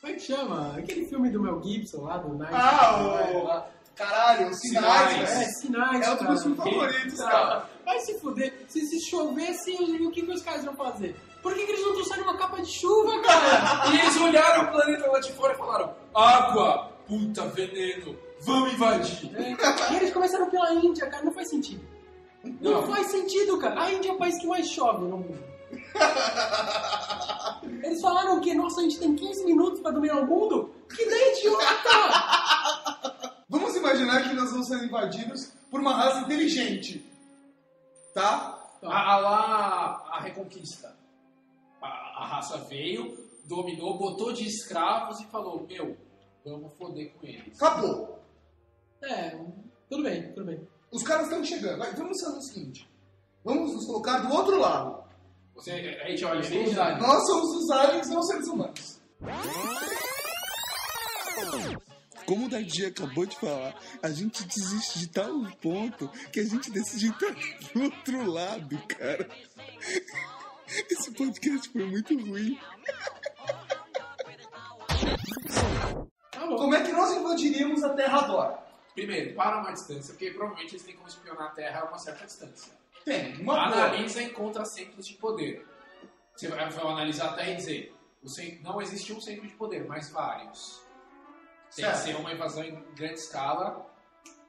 Como é que chama? Aquele filme do Mel Gibson lá, do Night.
Ah, o-
lá.
Caralho, sinais,
Sinais.
né?
É, sinais,
É um dos meus
cara. tá.
filmes favoritos, cara.
Vai se fuder. Se, se chover, assim, o que, que os caras vão fazer? Por que, que eles não trouxeram uma capa de chuva, cara?
E eles olharam o planeta lá de fora e falaram: Água, puta, veneno, vamos invadir.
É, e eles começaram pela Índia, cara, não faz sentido. Não,
Não.
faz sentido, cara. A Índia é o país que mais chove no
*laughs*
mundo. Eles falaram que, nossa, a gente tem 15 minutos pra dominar o mundo? Que ideia idiota!
Vamos imaginar que nós vamos ser invadidos por uma raça inteligente. Tá?
A, a lá, a Reconquista. A, a raça veio, dominou, botou de escravos e falou: Meu, vamos foder com eles.
Acabou.
É, tudo bem, tudo bem.
Os caras estão chegando. Vai, vamos fazer o seguinte. Vamos nos colocar do outro lado.
Você, a gente olha eles lá.
Nós somos os aliens, não os seres humanos.
Como o Dardi acabou de falar, a gente desiste de tal ponto que a gente decide entrar do outro lado, cara. Esse podcast foi muito ruim.
Como é que nós invadiríamos a Terra agora?
Primeiro, para uma distância, porque provavelmente eles têm como espionar a Terra a uma certa distância.
Tem, uma boa.
Analisa e encontra centros de poder. Você vai vai analisar a Terra e dizer: o cen- Não existe um centro de poder, mas vários. Tem que
Certo.
ser uma invasão em grande escala,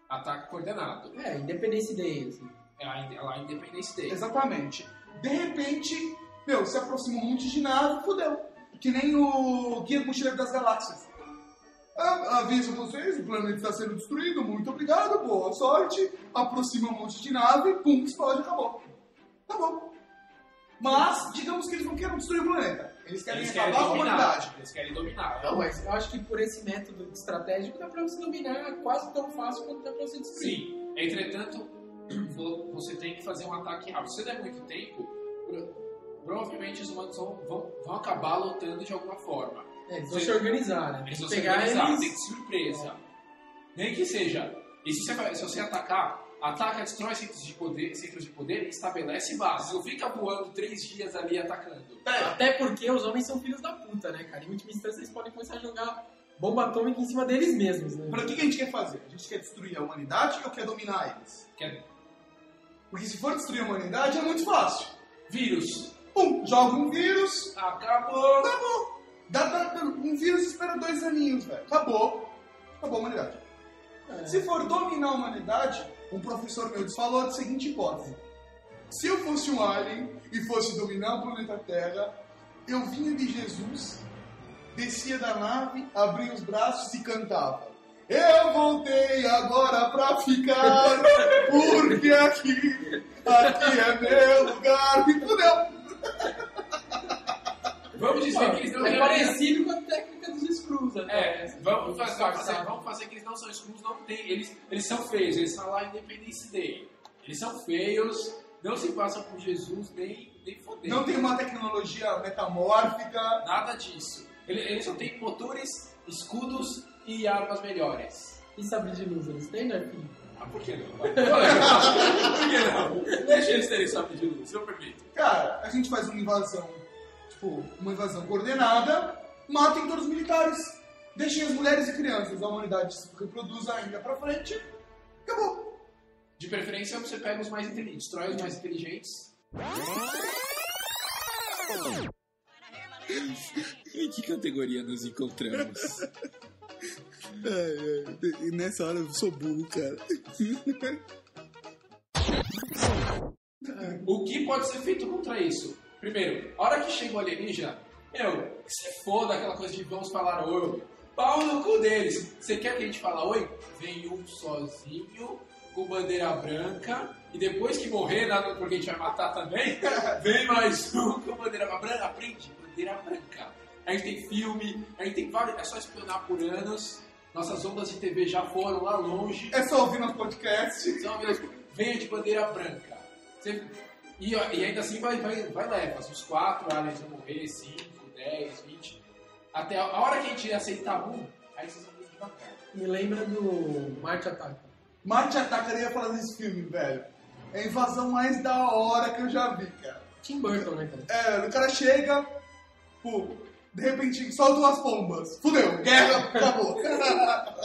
ataque coordenado.
É, independência Day, assim.
É a, é lá a Independence Day.
Exatamente. De repente, meu, se aproxima um monte de nave, fudeu. Que nem o Guia do Mochileiro das Galáxias. Ah, Aviso vocês, o planeta está sendo destruído, muito obrigado, boa sorte. Aproxima um monte de nave, pum, explode, acabou. Tá bom. Mas, digamos que eles não queiram destruir o planeta. Eles querem
Eles querem
acabar com a humanidade.
dominar. Eles querem dominar.
Não, mas eu acho que por esse método estratégico dá pra você dominar quase tão fácil quanto dá pra você destruir.
Sim. Entretanto, vo- você tem que fazer um ataque rápido. Se der muito tempo, pro- provavelmente os humanos vão, vão, vão acabar lutando de alguma forma.
É, eles vão se organizar, né?
Eles vão É, se
Pegar
organizar,
eles-
tem que ser surpresa. Nem que seja. E se você, vai- se você atacar, ataca, destrói centros de poder, centros de poder e estabelece bases. Não fica voando três dias ali atacando.
Até porque os homens são filhos da puta, né, cara? Em última instância, eles podem começar a jogar bomba atômica em cima deles mesmos, né?
Para o que que a gente quer fazer? A gente quer destruir a humanidade ou quer dominar eles?
Quer-
Porque se for destruir a humanidade é muito fácil.
Vírus.
Pum, joga um vírus,
Acabou.
acabou. tá Dá pra, um vírus espera dois aninhos, velho. Tá Acabou. Acabou a humanidade.
É.
Se for dominar a humanidade, um professor meu falou a seguinte hipótese. Se eu fosse um alien e fosse dominar o planeta Terra, eu vinha de Jesus, descia da nave, abria os braços e cantava. Eu voltei agora pra ficar, porque aqui, aqui é meu lugar. E é fudeu.
Vamos dizer que eles não
É parecido com a técnica dos né? Screws, até.
É, vamos fazer, vamos fazer, vamos fazer que eles não são exclusos, não tem, eles, eles são feios, eles são lá Independence Day. Eles são feios, não se passam por Jesus, nem, nem foder.
Não tem uma tecnologia metamórfica.
Nada disso. Ele- Eles, só têm motores, escudos e armas melhores.
E sabre de luz, eles têm, né, filho?
Ah, por que não? Por que não? Por que não? Deixa eles terem sabre de luz, eu permito.
Cara, a gente faz uma invasão, tipo, uma invasão coordenada, matem todos os militares, deixem as mulheres e crianças, a humanidade se reproduz ainda pra frente, acabou.
De preferência, você pega os mais inteligentes, destrói os mais inteligentes.
Em que categoria nos encontramos?
Ai, ai. E nessa hora eu sou burro, cara.
O que pode ser feito contra isso? Primeiro, a hora que chega o alienígena, meu, que se foda aquela coisa de vamos falar oi. Pau no cu deles. Você quer que a gente fala oi? Vem um sozinho, com bandeira branca, e depois que morrer, nada porque a gente vai matar também, *laughs* vem mais um com bandeira branca. Aprende, bandeira branca. A gente tem filme, a gente tem vários. É só espionar por anos. Nossas ondas de TV já foram lá longe.
É só ouvir nosso podcast.
Então, meu, venha de bandeira branca. Você- E, ó, e ainda assim vai, vai, vai leva. Uns 4 aliens vão morrer, 5, 10, 20. Até a, a hora que a gente aceitar um, aí vocês vão ver devagar.
Me lembra do Marte Attack.
Marte Ataca eu ia falar desse filme, velho. É a invasão mais da hora que eu já vi, cara.
Tim Burton, né, cara?
É, o cara chega, pô, de repente solta umas bombas. Fudeu, guerra, acabou. *laughs*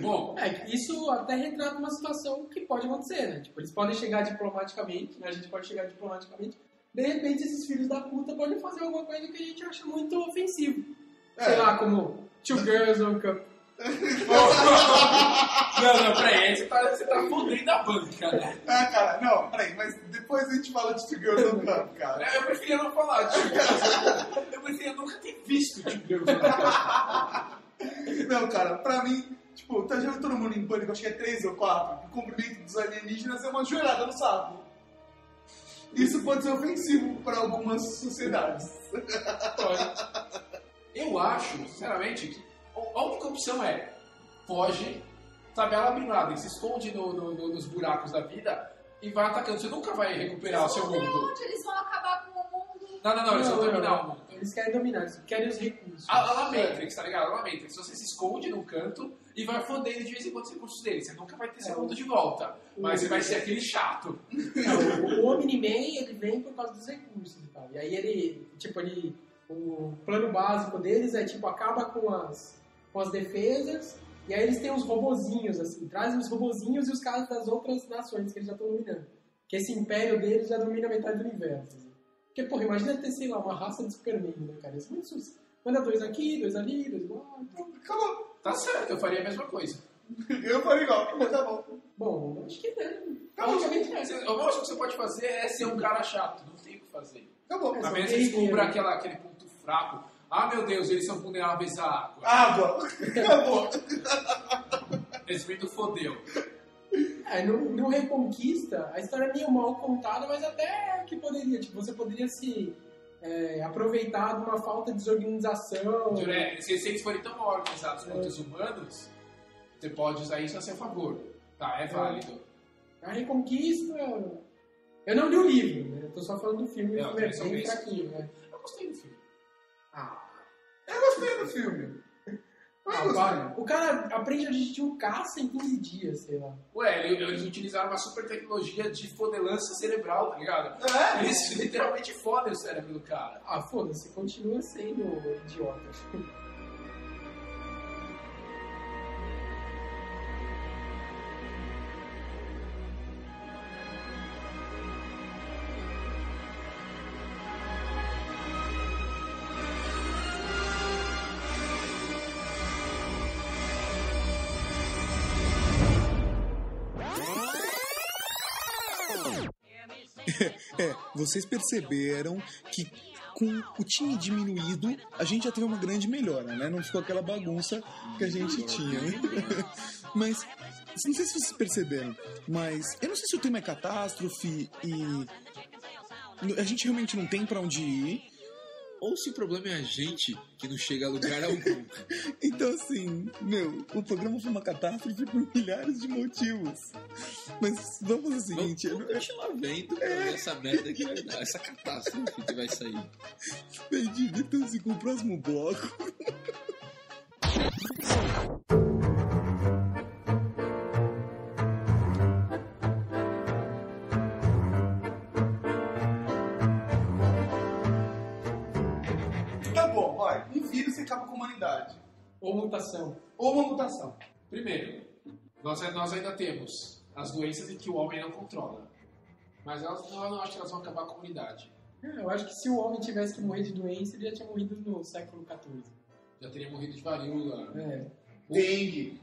Bom,
é, isso até retrata uma situação que pode acontecer, né? Tipo, eles podem chegar diplomaticamente, né? a gente pode chegar diplomaticamente. De repente, esses filhos da puta podem fazer alguma coisa que a gente acha muito ofensivo. Sei lá, como Two Girls One Cup.
Não, não, peraí, aí você tá, você tá fodendo a banca, né?
Ah, cara, não, peraí, mas depois a gente fala de Two Girls One Cup, cara.
Eu preferia não falar, tipo, eu preferia nunca ter visto, tipo,
Não, cara, pra mim, tipo, tá gerando todo mundo em pânico, acho que é três ou quatro. O cumprimento dos alienígenas é uma joelhada no saco. Isso pode ser ofensivo pra algumas sociedades.
Eu acho, sinceramente, que a única opção é foge, tabela brunada, se esconde no- no- no- nos buracos da vida e vai atacando. Você nunca vai recuperar o seu mundo.
Onde eles vão acabar com o mundo?
Não, não, não,
é
eles vão terminar o mundo.
Eles querem dominar, eles querem os recursos.
A, a La Matrix, tá ligado? A La Matrix. Você se esconde num canto e vai fodendo de vez em quando os recursos deles. Você nunca vai ter seu mundo de volta. Mas você vai ser aquele chato.
O Omni-Man, ele vem por causa dos recursos e tal. E aí ele, tipo, ele... O plano básico deles é, tipo, acaba com as, com as defesas e aí eles têm os robozinhos, assim. Trazem os robozinhos e os caras das outras nações que eles já estão dominando. Que esse império deles já domina metade do universo. assim. Porque, porra, imagina ter, sei lá, uma raça de Superman, né, cara? Isso é muito sus. Manda dois aqui, dois ali, dois lá.
Acabou.
Tá certo, eu faria a mesma coisa.
Eu falei tá igual, acabou.
Bom, acho que né?
A única, a única coisa que você pode fazer é ser um cara chato. Não tem o que fazer.
Acabou.
A menos que descubra aquela, aquele ponto fraco. Ah, meu Deus, eles são vulneráveis à água.
Água. Acabou.
Esse vídeo fodeu.
É, no, no Reconquista, a história é meio mal contada, mas até que poderia. Tipo, você poderia se é, aproveitar de uma falta de desorganização.
Juré, Se, se eles forem tão mal organizados quanto os humanos, você pode usar isso a seu favor. Tá, é válido.
A Reconquista. Eu não li o livro, né? Eu tô só falando do filme, o
Não,
filme é
eu só vi
bem
isso.
fraquinho, né?
Eu gostei do filme.
Ah,
Eu gostei do filme.
ah, para. O cara aprende a dirigir um caça em 15 dias, sei lá.
Ué, ele- eles utilizaram uma super tecnologia de fodelança cerebral, tá ligado?
É?
Eles *laughs* literalmente fodem o cérebro do cara.
Ah, foda-se, continua sendo um idiota.
É, vocês perceberam que com o time diminuído, a gente já teve uma grande melhora, né? Não ficou aquela bagunça que a gente tinha. né? *laughs* Mas, não sei se vocês perceberam, mas eu não sei se o tema é catástrofe e. A gente realmente não tem pra onde ir.
Ou se o problema é a gente que não chega a lugar algum.
Então, assim, meu, o programa foi uma catástrofe por milhares de motivos. Mas vamos fazer o seguinte: eu- eu-
Continua vendo cara, essa merda que vai dar, essa catástrofe que vai sair.
Bem, divirtam-se então, assim, com o próximo bloco.
Tá bom, vai. Um vírus que acaba com a humanidade.
Ou mutação.
Ou uma mutação.
Primeiro, nós, nós ainda temos as doenças em que o homem não controla. Mas elas, eu não acho que elas vão acabar com a comunidade.
É, Eu acho que se o homem tivesse que morrer de doença, ele já tinha morrido no século XIV.
Já teria morrido de varíola.
É.
Dengue.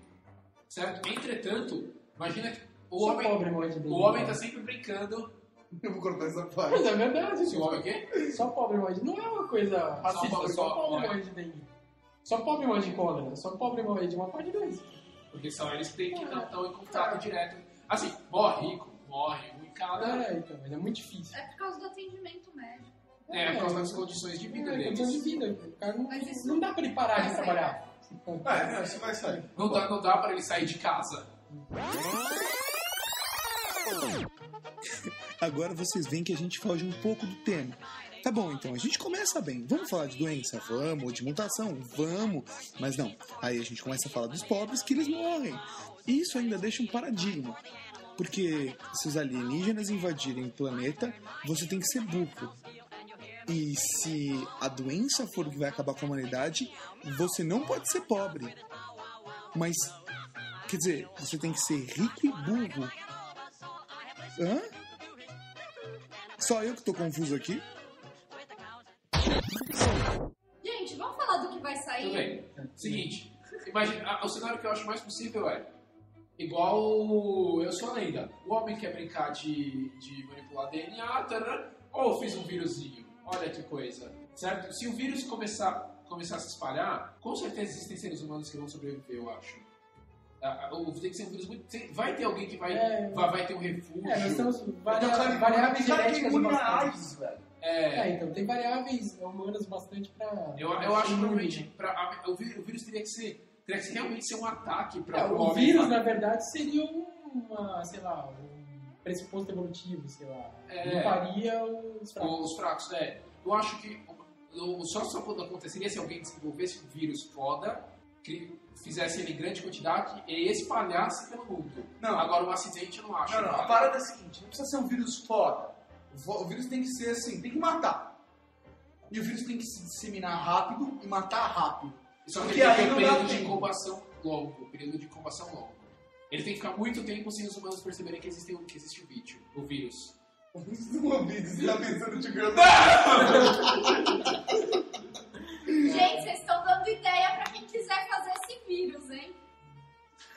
Certo? Entretanto, imagina que o
Só
homem,
pobre morre de dengue.
o homem tá sempre brincando.
Eu vou cortar essa parte.
*laughs* Mas é verdade,
Se o homem o quê?
Só pobre morre de... Não é uma coisa racista,
pobre,
só,
só né?
pobre
pobre.
morre de dengue. Só pobre morre de cólera, só pobre morre de uma parte de doença.
Porque são eles que têm que não estão em contato direto. Assim, morre rico, morre ruim, cada. né,
É, então, mas é muito difícil.
É por causa do atendimento médico.
É, por causa das condições de vida
é, condição de
deles.
vida. O cara não,
Mas isso-
não dá pra ele parar de
Mas é.
trabalhar.
É, não, isso vai sair.
Não dá, não dá pra ele sair de casa.
Agora vocês veem que a gente foge um pouco do tema. Tá bom, então, a gente começa bem. Vamos falar de doença? Vamos. De mutação? Vamos. Mas não, aí a gente começa a falar dos pobres que eles morrem. E isso ainda deixa um paradigma. Porque se os alienígenas invadirem o planeta, você tem que ser burro.
E se a doença for o que vai acabar com a humanidade, você não pode ser pobre. Mas, quer dizer, você tem que ser rico e burro. Hã? Só eu que tô confuso aqui?
Gente, vamos falar do que vai sair?
Tudo bem. Seguinte, imagina, a- o cenário que eu acho mais possível é igual o eu sou a lenda. O homem quer brincar de, de manipular DNA, tarã, ou fiz um vírusinho. Olha que coisa. Certo? Se o vírus começar, começar a se espalhar, com certeza existem seres humanos que vão sobreviver, eu acho. Ah, ah, o- Tem que ser um vírus muito. tem- Vai ter alguém que vai,
É.
vai, vai ter um refúgio.
É, nós temos varia-
Então, cara,
variáveis
cara,
genéticas
quem imune
bastante.
a AIDS, velho? É.
É, então, tem variáveis humanas bastante pra...
Eu, eu acho que provavelmente pra, a- o, vírus, o vírus teria que ser. Teria que realmente ser um ataque pra
É, o
homem.
vírus, na verdade, seria uma, sei lá, um pressuposto evolutivo, sei lá.
É.
Limparia os fracos.
Os fracos, é. Eu acho que o, o- só só quando aconteceria se alguém desenvolvesse um vírus foda, que fizesse ele em grande quantidade e espalhasse pelo mundo.
Não.
Agora um acidente eu não acho. tá?
Não, não, a
cara.
parada é a seguinte: não precisa ser um vírus foda. O vo- O vírus tem que ser assim, tem que matar. E o vírus tem que se disseminar rápido e matar rápido.
Só que
Porque
ele tem que ter
aí não
um
dá
período de
tempo.
incubação longo. um Período de incubação longo. Ele tem que ficar muito tempo sem os humanos perceberem que existe, um, que existe o vírus. O vírus.
O vírus tá pensando de grande.
Gente, vocês estão dando ideia pra quem quiser fazer esse vírus, hein?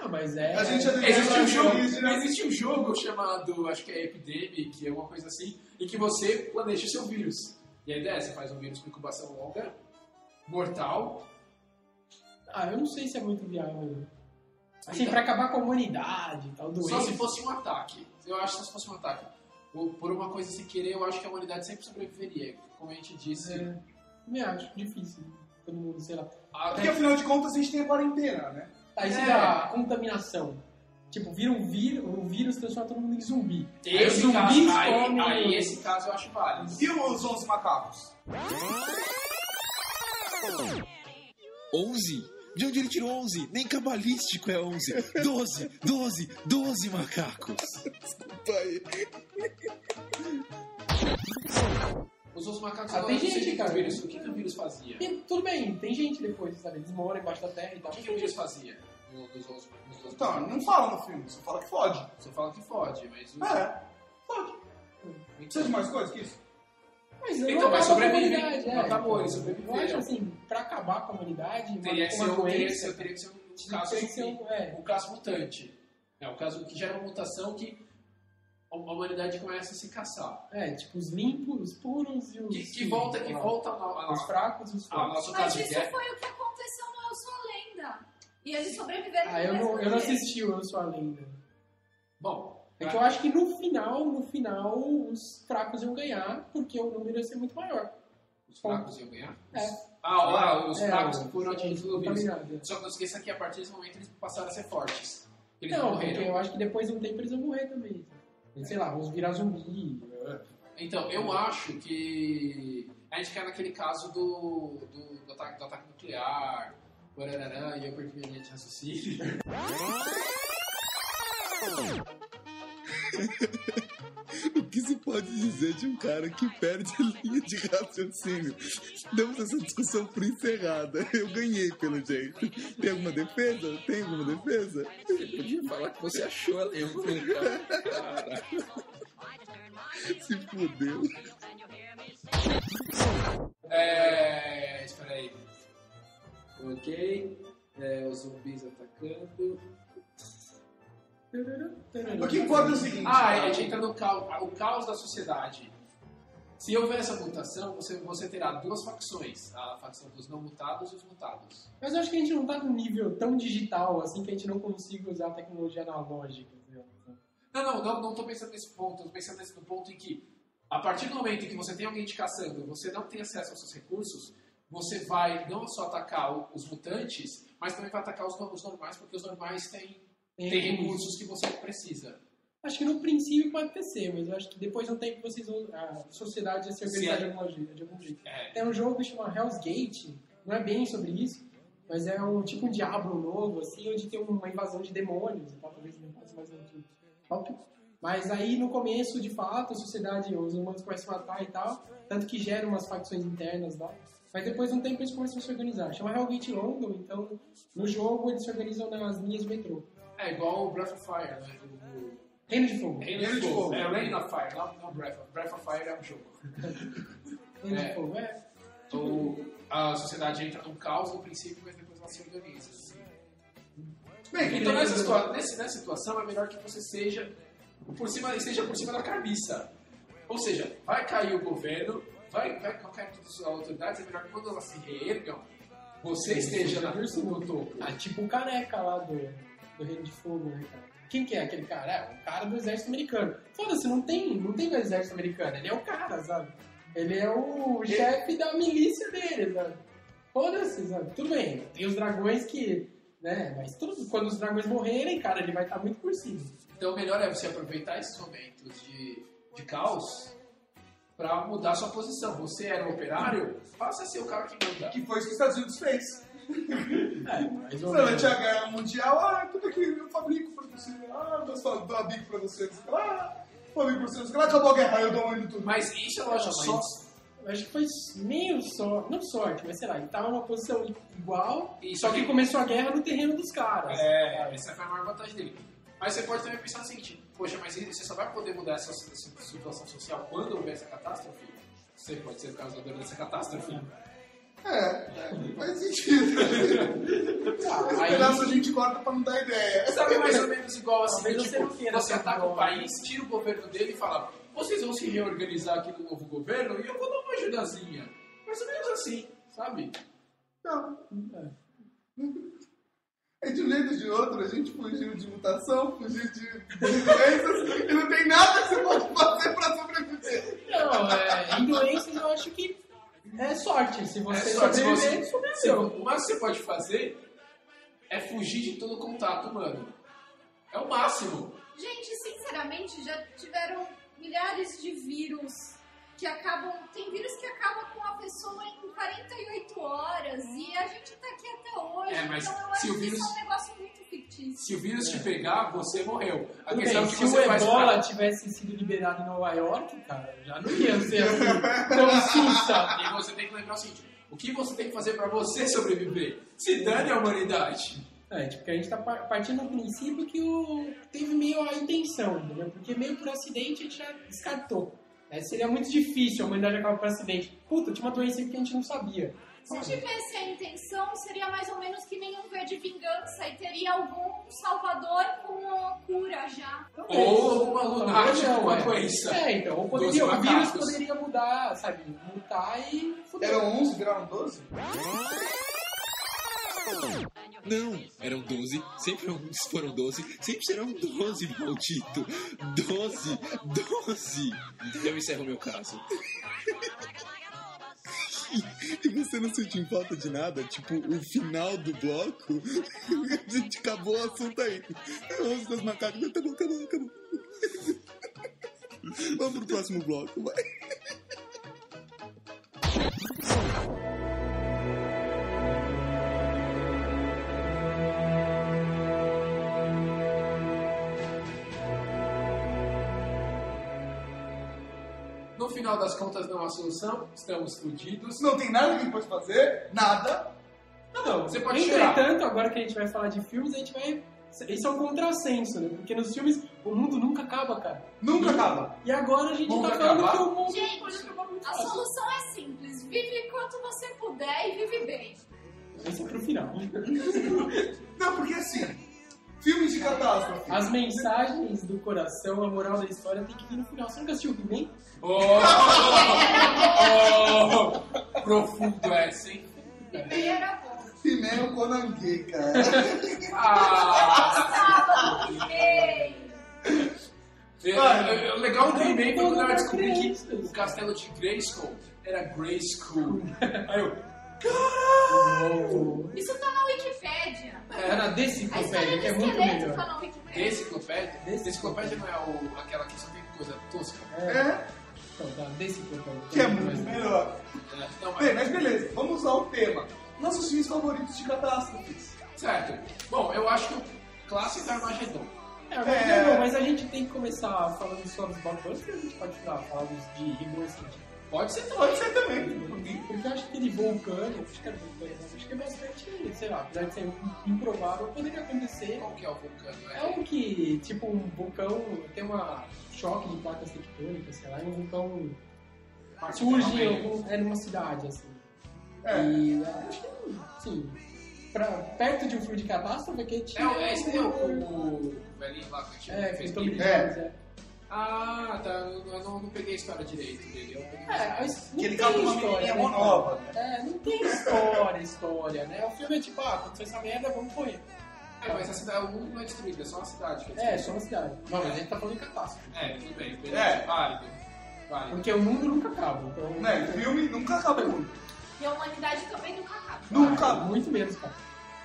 Ah, mas é...
A gente já teve
Existe um,
vários
jogo,
vírus, né?
existe um jogo chamado, acho que é Epidemic, é uma coisa assim, em que você planeja seu vírus. E a ideia é, você faz um vírus com incubação longa, mortal.
Ah, eu não sei se é muito viável. Assim,
Então.
pra acabar com a humanidade e tal, doença.
Só se fosse um ataque. Eu acho que só se fosse um ataque. Por por uma coisa sem querer, eu acho que a humanidade sempre sobreviveria. Como a gente disse,
É, também acho difícil. Todo mundo, sei lá.
a-
Porque afinal de contas a gente tem a quarentena, né?
Aí você
É.
dá contaminação. Tipo, vira um vírus, o vírus transforma todo mundo em zumbi. Aí os
esse,
zumbis
caso, aí,
comem-
aí esse caso eu acho válido.
E os 11 macacos?
11? De onde ele tirou 11? Nem cabalístico é 11. 12, 12, 12 macacos. Desculpa aí.
Os outros macacos
Ah,
agora
tem
não sei
gente,
o que
cara.
O, vírus, o que, que o vírus fazia?
Tem- tudo bem, tem gente depois, sabe? Eles moram embaixo da terra e
O
tal.
que, que o vírus fazia? no- Nos outros, nos outros
Então, não fala no filme, só fala que fode.
Você fala que fode, mas... o-
É, fode. Precisa de mais coisa que isso?
Mas eu
Então,
não
mas
acaba com a
sobrevive.
humanidade,
Não acabou, eles
Eu
sobreviveram.
acho assim, pra acabar com a humanidade,
Teria que
uma,
ser
uma
um, teria que
doença.
ser, teria que ser um caso
Tem que ser
de-
um, é,
um caso mutante. É, um caso que gera uma mutação que a humanidade começa a se caçar.
é, tipo, os limpos, os puros e os.
Que, que volta, que
sei lá,
volta Ah, ao, ao,
Os fracos e os
ao
fortes.
nosso
Mas
caso de
isso
guerra.
foi o que aconteceu no Eu Sou a Lenda. E eles sobreviveram
Ah, eu não, eu não
mesmo jeito.
assisti o Eu Sou a Lenda.
Bom,
É que eu acho que no final, no final, os fracos iam ganhar, porque o número ia ser muito maior.
os fracos iam ganhar?
É.
Ah, lá, os
É,
fracos que foram atingidos pelo vírus.
contaminados.
Só que não esqueça que a partir desse momento eles passaram a ser fortes. Eles
Não, porque
morreram. É.
eu acho que depois de um tempo eles vão morrer também. Sei lá, vão virar zumbi.
Então, eu acho que a gente cai naquele caso do, do, do ataque, do ataque nuclear, barararã, e eu perdi minha linha de raciocínio.
O que se pode dizer de um cara que perde a linha de raciocínio? Damos essa discussão por encerrada. Eu ganhei, pelo jeito. Tem alguma defesa? Tem alguma defesa?
Você podia falar que você achou a
um
lenda. cara.
Se fudeu.
É. Espera aí. Ok. É, os zumbis atacando.
Porque quando é o seguinte.
Ah, é,
cara,
a gente entra no caos, o caos da sociedade. Se houver essa mutação, você, você terá duas facções: a facção dos não mutados e os mutados.
Mas eu acho que a gente não tá num nível tão digital assim que a gente não consiga usar a tecnologia analógica. entendeu?
Não, não, não, não tô pensando nesse ponto. Tô pensando nesse, no ponto em que, a partir do momento em que você tem alguém te caçando, você não tem acesso aos seus recursos, você vai não só atacar o- os mutantes, mas também vai atacar os, no- os normais, porque os normais têm, têm recursos que você precisa.
Acho que no princípio pode ter ser, mas eu acho que depois de um tempo vocês vão, a sociedade ia se organizar
Sim.
de alguma je- de algum jeito.
É,
Tem um jogo que chama Hell's Gate, não é bem sobre isso, mas é um tipo um então diabo novo, assim, onde tem uma invasão de demônios e tal, talvez não faça mais um tipo. Mas aí no começo, de fato, a sociedade, os humanos começam a matar e tal, tanto que gera umas facções internas lá. Mas depois de um tempo eles começam a se organizar. Chama realmente London, então no jogo eles se organizam nas linhas do metrô.
É igual o Breath of Fire, né? O- o-
Reino de Fogo.
Reino, de, Fogo. É o Reign of Fire, não, não Breath of Breath of Fire é um jogo.
Reino de Fogo, é.
Ou Então, a sociedade entra num caos no princípio, mas depois ela se organiza. assim.
Bem,
então nessa,
beleza.
situa- nesse- nessa situação é melhor que você seja por cima, esteja por cima da cabeça. Ou seja, vai cair o governo, vai, vai cair todas as autoridades, é melhor que quando elas se reergam, você esteja na, no topo.
Ah, tipo o careca lá do, do Reino de Fogo, né, cara? Quem que é aquele cara? É o cara do exército americano. Foda-se, não tem, não tem no exército americano. Ele é o cara, sabe? Ele é o chefe da milícia dele, sabe? Foda-se, sabe? Tudo bem, tem os dragões que... Né? Mas tudo, quando os dragões morrerem, cara, ele vai estar muito por cima.
Então, o melhor é você aproveitar esses momentos de, de caos para mudar sua posição. Você era um operário, passa a ser o cara que manda.
Que foi isso que os Estados Unidos fez.
É, Mas, ô,
Durante a guerra mundial, ah, tudo aqui eu fabrico pra você, ah, eu faço- dou abico pra você, ah, fabrico pra você, ah, acabou a guerra, eu dou um tudo.
Mas isso eu acho só.
Eu acho que foi meio só, não sorte, mas sei lá, ele tava numa posição igual,
E-
só que começou a guerra no terreno dos caras.
É, essa foi a maior vantagem dele. Mas você pode também pensar no seguinte: poxa, mas você só vai poder mudar essa si- si- situação social quando houver essa catástrofe? Você pode ser o causador dessa catástrofe.
É, faz sentido. Esse
aí-
pedaço a gente corta pra não dar ideia.
É, sabe mais ou menos igual assim,
Talvez você
tipo,
não queira
você
ser
ataca o
bom.
país, tira o governo dele e fala, vocês vão se reorganizar aqui no novo governo e eu vou dar uma ajudazinha. Mais ou menos assim, sabe?
Não. É de um jeito ou de outro, a gente fugiu de mutação, fugiu de de doenças, e não tem nada que você pode fazer pra sobreviver.
Não, é, em doenças eu acho que é sorte. Se
É
você
só que
sobreviver,
você, se-
sobreviveu.
o máximo que você pode fazer é fugir de todo contato humano. É o máximo.
Gente, sinceramente, já tiveram milhares de vírus que acabam. Tem vírus que acabam com a pessoa em 48 horas e a gente tá aqui até hoje.
É, mas
então eu
se
acho
o vírus-
que isso é um negócio muito fictício.
Se o vírus te pegar, você morreu. A
É. Tudo
questão
bem,
é que
se o
você faz
ebola
pra-
tivesse sido liberado em Nova York, cara, já não ia ser assim tão sussa.
E você tem que lembrar o seguinte: o que você tem que fazer pra você sobreviver? Se dane a humanidade.
É, tipo, que a gente tá par- partindo do princípio que o teve meio a intenção, entendeu? Porque meio por acidente a gente já descartou. É, seria muito difícil a humanidade acabar por acidente. Puta, tinha uma doença que a gente não sabia.
Se tivesse a intenção, seria mais ou menos que nenhum V de vingança e teria algum salvador com uma cura já.
Então é
Ou alguma lunática
Não,
com a
é.
doença.
É, então, ou
Dois
poderia, o vírus
macacos.
poderia mudar, sabe? Mutar e. fudeu.
Eram 11, viraram 12?
Não, eram 12, sempre foram 12, sempre serão 12, maldito. 12, 12. Eu encerro meu caso.
E você não sentiu falta de nada? Tipo, o final do bloco, *laughs* a gente acabou o assunto aí. Os dos macacos, acabou, acabou, acabou. tá *laughs* Vamos pro próximo bloco, vai.
No final das contas, não há solução, estamos fudidos.
Não tem nada que a gente pode fazer, nada.
Não,
Você pode chorar.
Entretanto, agora que a gente vai falar de filmes, a gente vai. Isso é um contrassenso, né? Porque nos filmes o mundo nunca acaba, cara.
Nunca acaba.
E agora a gente
Nunca
tá falando
acabar?
que o mundo.
Gente, a solução é simples: vive quanto você puder e vive bem.
Isso é pro final.
Não, porque assim, filmes de catástrofe.
As mensagens do coração, a moral da história tem que vir no final. Você nunca assistiu o He-Man?
Oh! Oh! Profundo essa, hein?
E meia era bom.
He-Man é o Conan Gay, cara.
Ah!
Gostava do He-Man.
É, é, é, O legal do e-mail foi quando eu descobri que o castelo de Grayskull era Grayskull. Aí eu,
Isso tá na Wikipédia.
Era desse
A história
Enciclopédia,
do
que é muito
esqueleto tá
melhor.
na Wikipédia.
Deciclopédia? Deciclopédia não é o- aquela que só tem coisa tosca? né?"
É,
Então, tá, desse Enciclopédia.
que é muito melhor.
É, Não,
Bem,
mas,
mas beleza, vamos usar o tema. Nossos filmes favoritos de catástrofes.
certo. Bom, eu acho que o clássico é Armagedon.
É, mas,
É.
não, não, mas a gente tem que começar falando só dos blockbusters ou a gente pode falar, falar dos de rigor científico?
Pode ser também.
Pode ser também.
Porque eu acho que ele vulcano, acho que é vulcano, acho que é bastante, sei lá, apesar de ser improvável, poderia acontecer.
Qual que é o vulcano?
É um que, tipo, um vulcão tem uma choque de placas tectônicas, sei lá, e um vulcão surge em algum- é numa cidade, assim.
É.
E ah, acho que, sim, pra, perto de um filme de catástrofe que
É,
tinha... um-
o- é esse é o, o velhinho lá que
É,
fez
Felipe
pipi.
Jones, é.
Ah, tá. Eu eu não, não peguei a história direito dele. Eu peguei
É,
a
mas não
Que ele
tem
casou com uma
história,
menininha
né,
mó
cara?
nova, né?
É, não tem história, história, né? O filme é tipo, ah, aconteceu essa merda, vamos correr.
É, mas a cidade, o mundo não é destruído, é só uma cidade. Que
É,
destruída.
só uma cidade. Não, mas a gente tá falando de catástrofe.
É, tudo bem. beleza,
É.
Válido. Válido.
É. Porque o mundo nunca acaba. Então,
Né, filme nunca acabou.
E a humanidade também nunca acaba.
Nunca.
Ah, é Muito menos, cara.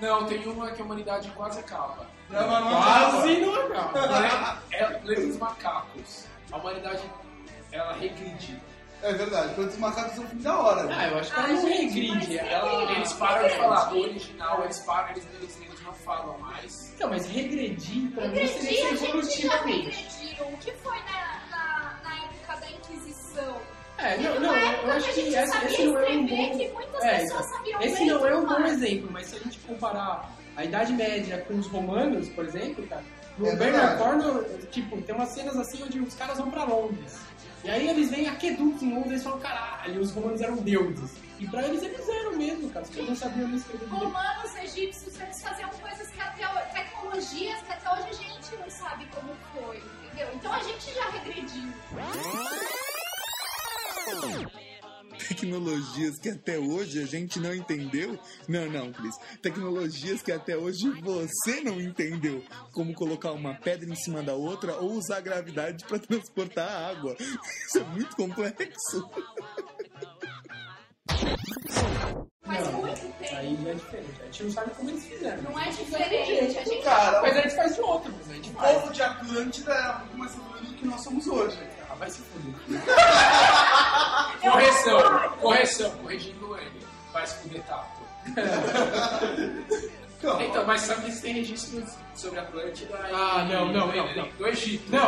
Não, tem uma que a humanidade quase acaba.
Não, mas não é
Quase não acaba.
Lembra- é, Lembra dos macacos? A humanidade, ela regride.
É verdade, Plantas Macacos é um filme da hora. né?
Ah, eu acho que
Ah,
ela não
gente, mas
regride.
tem-
Ela...
Eles param de falar do original, eles param, eles, eles, eles não falam mais.
Então, mas regredir pra mim
Regrediu,
seria
a é gente já
evolutivamente.
regrediu. O que foi na, na, na época da Inquisição?
É, não,
Teve
não,
uma época
eu acho
que a
que
gente
esse,
sabia
esse não é um
escrever,
bom...
que muitas
É,
pessoas sabiam
Esse
ler
não é um
tomar.
bom exemplo, mas se a gente comparar a Idade Média com os romanos, por exemplo, cara, no
É
Bernard
verdade.
Cornwell, tipo, tem umas cenas assim onde os caras vão pra Londres. E aí eles veem aquedutos em Londres e falam, caralho, os romanos eram deuses. E pra eles, eles eram mesmo, cara. Os caras não sabiam nem escrever direito.
Romanos, egípcios, eles faziam coisas que até ho- tecnologias que até hoje a gente não sabe como foi, entendeu? Então a gente já regrediu.
Tecnologias que até hoje a gente não entendeu? Não, não, Cris. Tecnologias que até hoje você não entendeu. Como colocar uma pedra em cima da outra ou usar a gravidade para transportar a água. *laughs* Isso é muito complexo.
Faz
Não,
muito tempo.
Aí já é diferente. A gente não sabe como eles fizeram.
Não é diferente. A gente
Cara,
Mas a gente faz de outro, mas a gente
o
faz.
povo de Atlântida é muito mais evoluído do que nós somos hoje.
Ah, vai se fuder.
Correção, correção, corrigindo ele. Vai se fuder tato.
Então,
Então, mas sabe que tem registros sobre a Atlântida e-
Ah, não, não, não, não.
do Egito.
Não,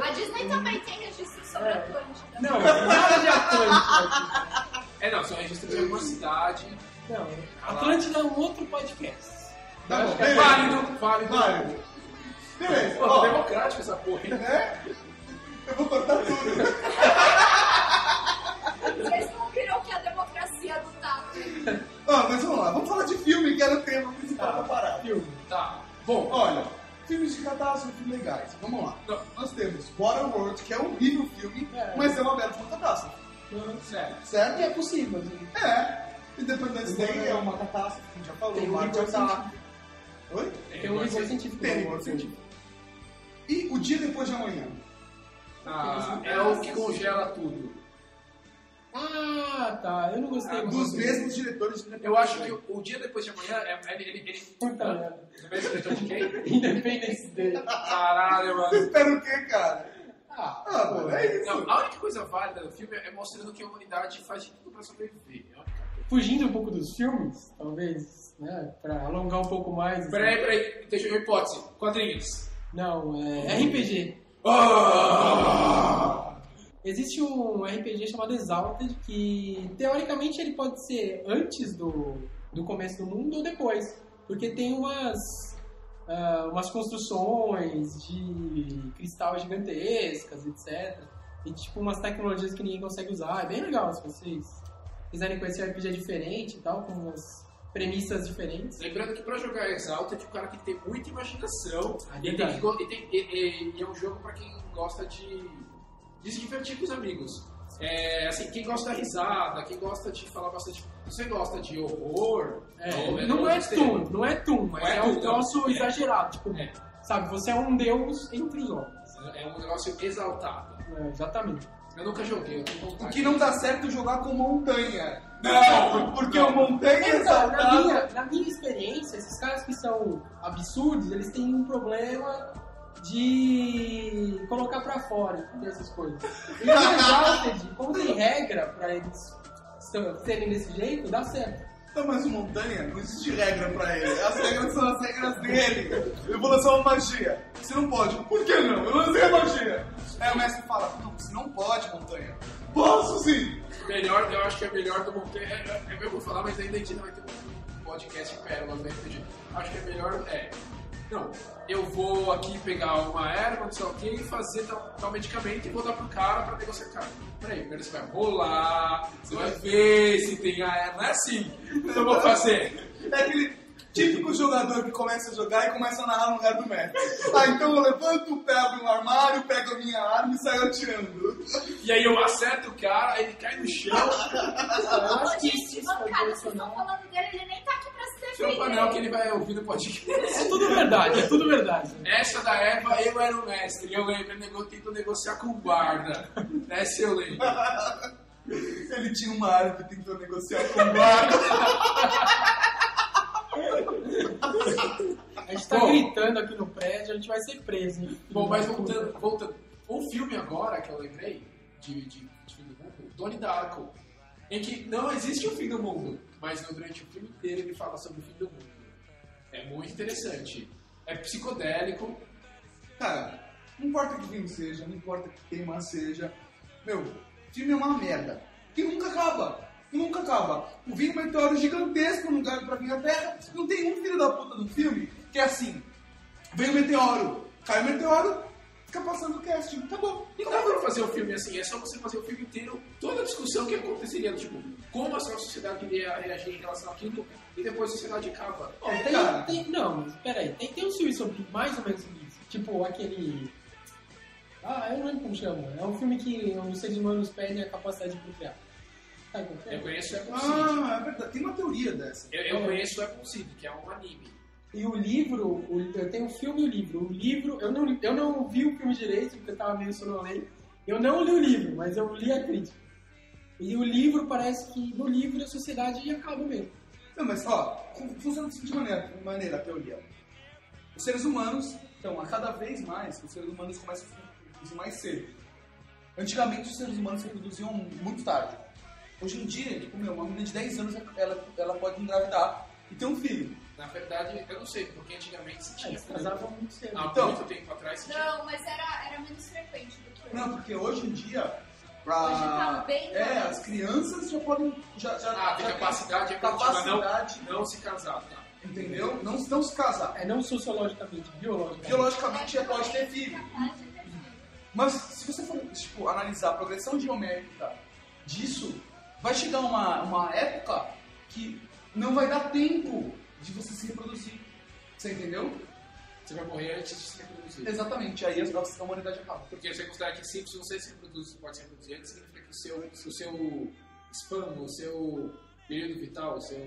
A Disney também tem registro sobre a Atlântida.
não, nada de Atlântida.
É, não, são registros de alguma cidade.
Não, Atlântida é um outro podcast.
tá bom,
É
beleza.
válido, válido.
Válido. Beleza,
Pô,
ó,
democrático essa porra, hein?
eu vou cortar tudo.
Vocês não viram que a democracia do Tato.
Ó, mas vamos lá, vamos falar de filme, que era o tema principal da parada.
Tá. Bom,
Olha, filmes de catástrofe legais, vamos lá. Então, Nós temos Waterworld, que é um horrível filme,
É.
mas é uma bela uma catástrofe,
sério.
Que é
certo?
possível, assim.
É. Independence Day é uma catástrofe, que já falou,
Tem um
Marte
rigor
Ataque. Oi?
Tem um rigor científico.
Tem
né?
rigor científico. E O Dia Depois de Amanhã.
Ah, é o que congela tudo.
Ah, tá. Eu não gostei.
Ah,
muito.
Dos mesmos diretores de
Eu acho que o dia depois de amanhã, é, ele, ele, ele...
Puta merda.
Você vê esse diretor de quem?
Independence Day.
Caralho,
*laughs*
mano.
Espera o quê, cara?
Ah,
Ah,
pô,
mano, é isso.
Não, a única coisa válida do filme é mostrando que a humanidade faz de tudo pra sobreviver. É a única coisa.
Fugindo um pouco dos filmes, talvez, né? Pra alongar um pouco mais. assim.
Peraí, peraí, deixa eu ver a hipótese. Quadrinhos.
Não, é RPG.
Ah!
Existe um RPG chamado Exalted que, teoricamente, ele pode ser antes do, do começo do mundo ou depois. Porque tem umas, ah, umas construções de cristal gigantescas, etc. E, tipo, umas tecnologias que ninguém consegue usar. É bem legal se vocês quiserem conhecer um RPG diferente e tal, com umas premissas diferentes.
Lembrando que pra jogar Exalted, o um cara tem que ter muita imaginação.
Ah,
e, tem
verdade.
que, go- e, tem- e- e- e é um jogo pra quem gosta de, de se divertir com os amigos. É, assim, quem gosta da risada, quem gosta de falar bastante. Você gosta de horror? ou-
É, não
ou
é
extremo?
Tum, não é Tum, mas
Não é
é, um
Tum,
troço
é.
exagerado. Tipo,
É.
sabe, você é um deus entre os homens.
É um negócio exaltado.
É, exatamente.
Eu nunca joguei, eu tenho vontade.
O que não dá certo é jogar com montanha.
Não,
Porque o montanha é
Então, na
exaltado.
minha, na minha experiência, esses caras que são absurdos, eles têm um problema de colocar pra fora entendeu? essas coisas. E o Exalted, como tem regra pra eles serem desse jeito, dá certo.
Tamanho de montanha, não existe regra pra ele. As regras são as regras dele. Eu vou lançar uma magia. Você não pode. Por que não? Eu lancei a magia. Aí o mestre fala, não, você não pode, montanha. Posso sim!
Melhor, eu acho que é melhor do Montanha. É, é, eu vou falar, mas ainda a gente ainda vai ter um podcast pérolas do RPG. Acho que é melhor. É. Não, eu vou aqui pegar uma erva, não sei o que, e fazer tal, tal medicamento e vou dar pro cara pra negociar. Cara, peraí, primeiro você vai rolar, você vai ver se tem a erva. Não é assim que eu vou fazer.
É aquele típico jogador que começa a jogar e começa a narrar no lugar do mestre. Ah, então eu levanto o pé, abro um armário, pego a minha arma e saio atirando.
E aí eu acerto o cara, aí ele cai no chão.
Não pode desbancar, vocês estão falando dele, ele nem tá aqui pra se
Tem um
defender.
panel que ele vai ouvir no podcast.
É tudo verdade, é tudo verdade.
Essa da Eva, eu era o mestre. Eu lembro, eu nego- tento negociar com o guarda. Essa eu lembro.
Ele tinha uma arma que tentou negociar com o guarda.
A gente tá
Bom.
gritando aqui no prédio, a gente vai ser preso. hein?
Bom, mas voltando, voltando. Um filme agora que eu lembrei, de, de, de fim do mundo, Donnie Darko. Em que não existe o fim do mundo, mas durante o filme inteiro ele fala sobre o fim do mundo. É muito interessante. É psicodélico.
Cara, não importa que filme seja, não importa que tema seja. Meu, filme é uma merda. Que nunca acaba. Que nunca acaba. O Vim um meteoro gigantesco no lugar pra vir à Terra. Não tem um filho da puta do filme que é assim. Vem o meteoro, cai o meteoro, fica passando o casting. Acabou.
E dá pra fazer o filme assim, é só você fazer o filme inteiro, toda a discussão que aconteceria, tipo, como a sua sociedade iria reagir em relação àquilo, e depois a sociedade acaba.
Bom, tem-
Cara.
tem- não, mas peraí, tem, tem um filme sobre mais ou menos sobre isso. Tipo aquele. Ah, eu não lembro como chama. É um filme que os seres humanos perdem a capacidade de procriar. Sabe qual que é?
Eu conheço o Apple Seed.
Ah, é verdade. Tem uma teoria dessa.
Eu, eu conheço o Apple Seed, que é um anime.
E o livro, o, eu tenho o filme e o livro. O livro, eu não, eu não vi o filme direito, porque eu tava meio sonolento. Eu não li o livro, mas eu li a crítica. E o livro parece que no livro a sociedade acaba mesmo.
Não, mas ó, fun- funciona da seguinte maneira, maneira a teoria. Os seres humanos, então, a cada vez mais, os seres humanos começam a produzir mais cedo. Antigamente, os seres humanos reproduziam muito tarde. Hoje em dia, tipo, meu, uma menina de 10 anos, ela, ela pode engravidar e ter um filho.
Na verdade, eu não sei, porque antigamente se tinha.
Eles casavam muito cedo.
Há
Então.
muito tempo atrás se tinha.
Não, mas era, era menos frequente do que hoje.
Não, porque hoje em dia,
Hoje tá
pra...
bem
É,
mais.
as crianças já podem... Já, já,
Ah, tem
já
capacidade evolutiva,
capacidade,
não, não se casar, tá?
entendeu? Não, não se casar.
É não sociologicamente, biologicamente.
Biologicamente, já pode ter filho.
Capaz de ter filho.
Mas se você for tipo, analisar a progressão geométrica disso, vai chegar uma, uma época que não vai dar tempo de você se reproduzir. Você entendeu?
Você vai morrer antes de se reproduzir.
Exatamente, aí as nossas a humanidade acaba.
Porque você considera que sim, se você se reproduz, você pode se reproduzir antes, significa que o seu, se o seu spam, o seu período vital, o seu,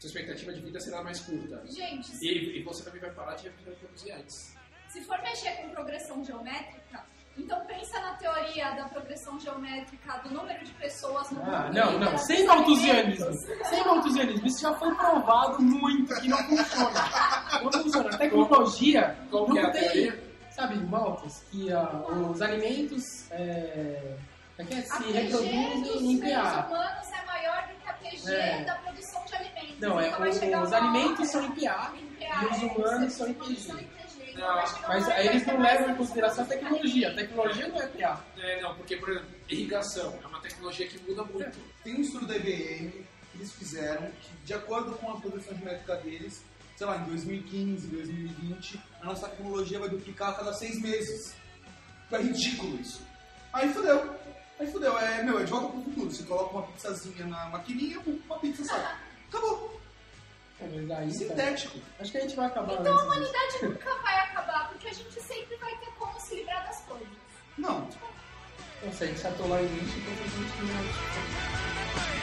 sua expectativa de vida será mais curta.
Gente, se
E, e você também vai parar de reproduzir antes.
Se for mexer com progressão geométrica, então pensa na teoria da progressão geométrica do número de pessoas no
Ah,
mundo.
não, não, sem maltusianismo. Sem maltusianismo. Isso já foi provado muito que não funciona. Não funciona. A tecnologia
Qual que é
não
a
tem.
teoria?
Sabe, maltos, que ah, os alimentos é, é que
A
se
PG dos
reproduzem em
seres
PA.
humanos é maior do que a PG
É.
da produção de alimentos.
Não, é,
então vai
o-
chegar
os
uma hora-
alimentos são em PA,
em é,
e os humanos são em PG.
então vai chegar uma
mas
hora que
aí eles
vai
não
ter mais
levam em
produção
consideração a
de
tecnologia. A
alimentos.
tecnologia não é PA.
É, não, porque, por exemplo, irrigação é uma tecnologia que muda muito.
Tem um estudo da IBM que eles fizeram que, de acordo com a progressão geométrica deles, sei lá, em 2015, 2020, a nossa tecnologia vai duplicar a cada seis meses. É ridículo isso. Aí fudeu. Aí fudeu. É, meu, é de volta pro futuro. Você coloca uma pizzazinha na maquininha, uma pizza sai. Acabou.
É, mas aí, tá.
Sintético.
Acho que a gente vai acabar.
Então a
antes disso.
humanidade nunca vai acabar, porque a gente sempre vai ter como se livrar das coisas.
Não.
Não sei, se atolar em lixo, então a gente não.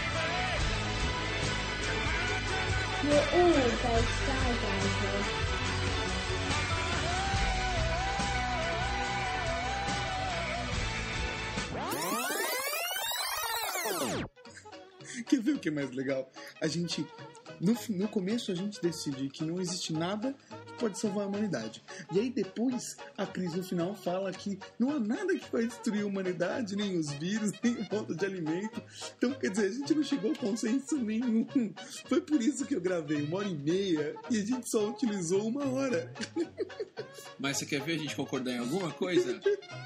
You're all those skydivers.
Quer ver o que é mais legal? A gente. No, fi- no começo a gente decide que não existe nada
pode salvar a humanidade. E aí depois a crise no final fala que não há nada que vai destruir a humanidade, nem os vírus, *laughs* nem a falta de alimento. Então, quer dizer, a gente não chegou a consenso nenhum. Foi por isso que eu gravei uma hora e meia e a gente só utilizou uma hora.
Mas você quer ver a gente concordar em alguma coisa?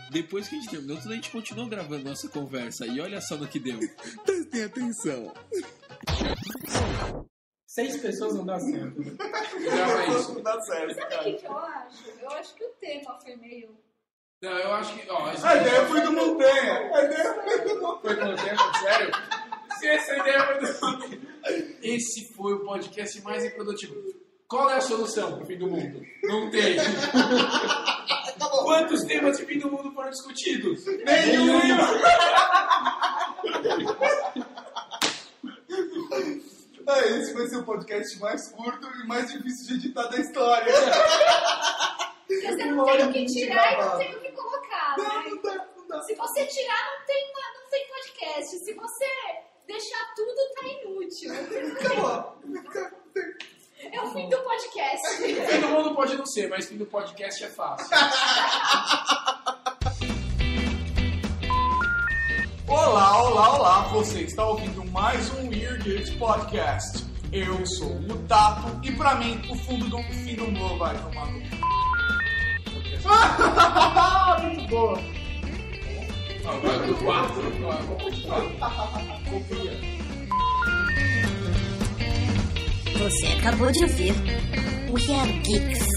Depois que a gente terminou tudo, a gente continuou gravando nossa conversa e olha só no que deu.
Prestem atenção.
Seis pessoas não dá certo.
Grava é isso.
Não dá certo,
Sabe o que, que eu acho? Eu acho que o tema foi meio.
Não, eu acho que. Ó,
A ideia foi do Montanha. A ideia foi do Montanha.
Foi do Montanha, sério? Se essa ideia foi do Montanha. Esse foi o podcast mais improdutivo. Qual é a solução pro fim do mundo?
*laughs*
Não tem.
Tá
Quantos temas de fim do mundo foram discutidos? Nenhum.
Ah, esse vai ser o podcast mais curto e mais difícil de editar da história.
Porque você não
Uma
tem
hora
o que
muito
tirar e não
gravado.
tem o que colocar. né? Se você tirar, não tem, uma- não tem podcast. Se você deixar tudo, tá inútil.
Tá
É o fim do podcast.
Fim do mundo pode não ser, mas fim do podcast é fácil.
Olá, olá, olá! Você está ouvindo mais um Weird Geeks Podcast. Eu sou o Tato e pra mim o fundo do fim do mundo vai tomar no cu. *laughs* Muito boa!
Agora do 4, vamos continuar. Copia.
Você acabou de ouvir o Real Geeks.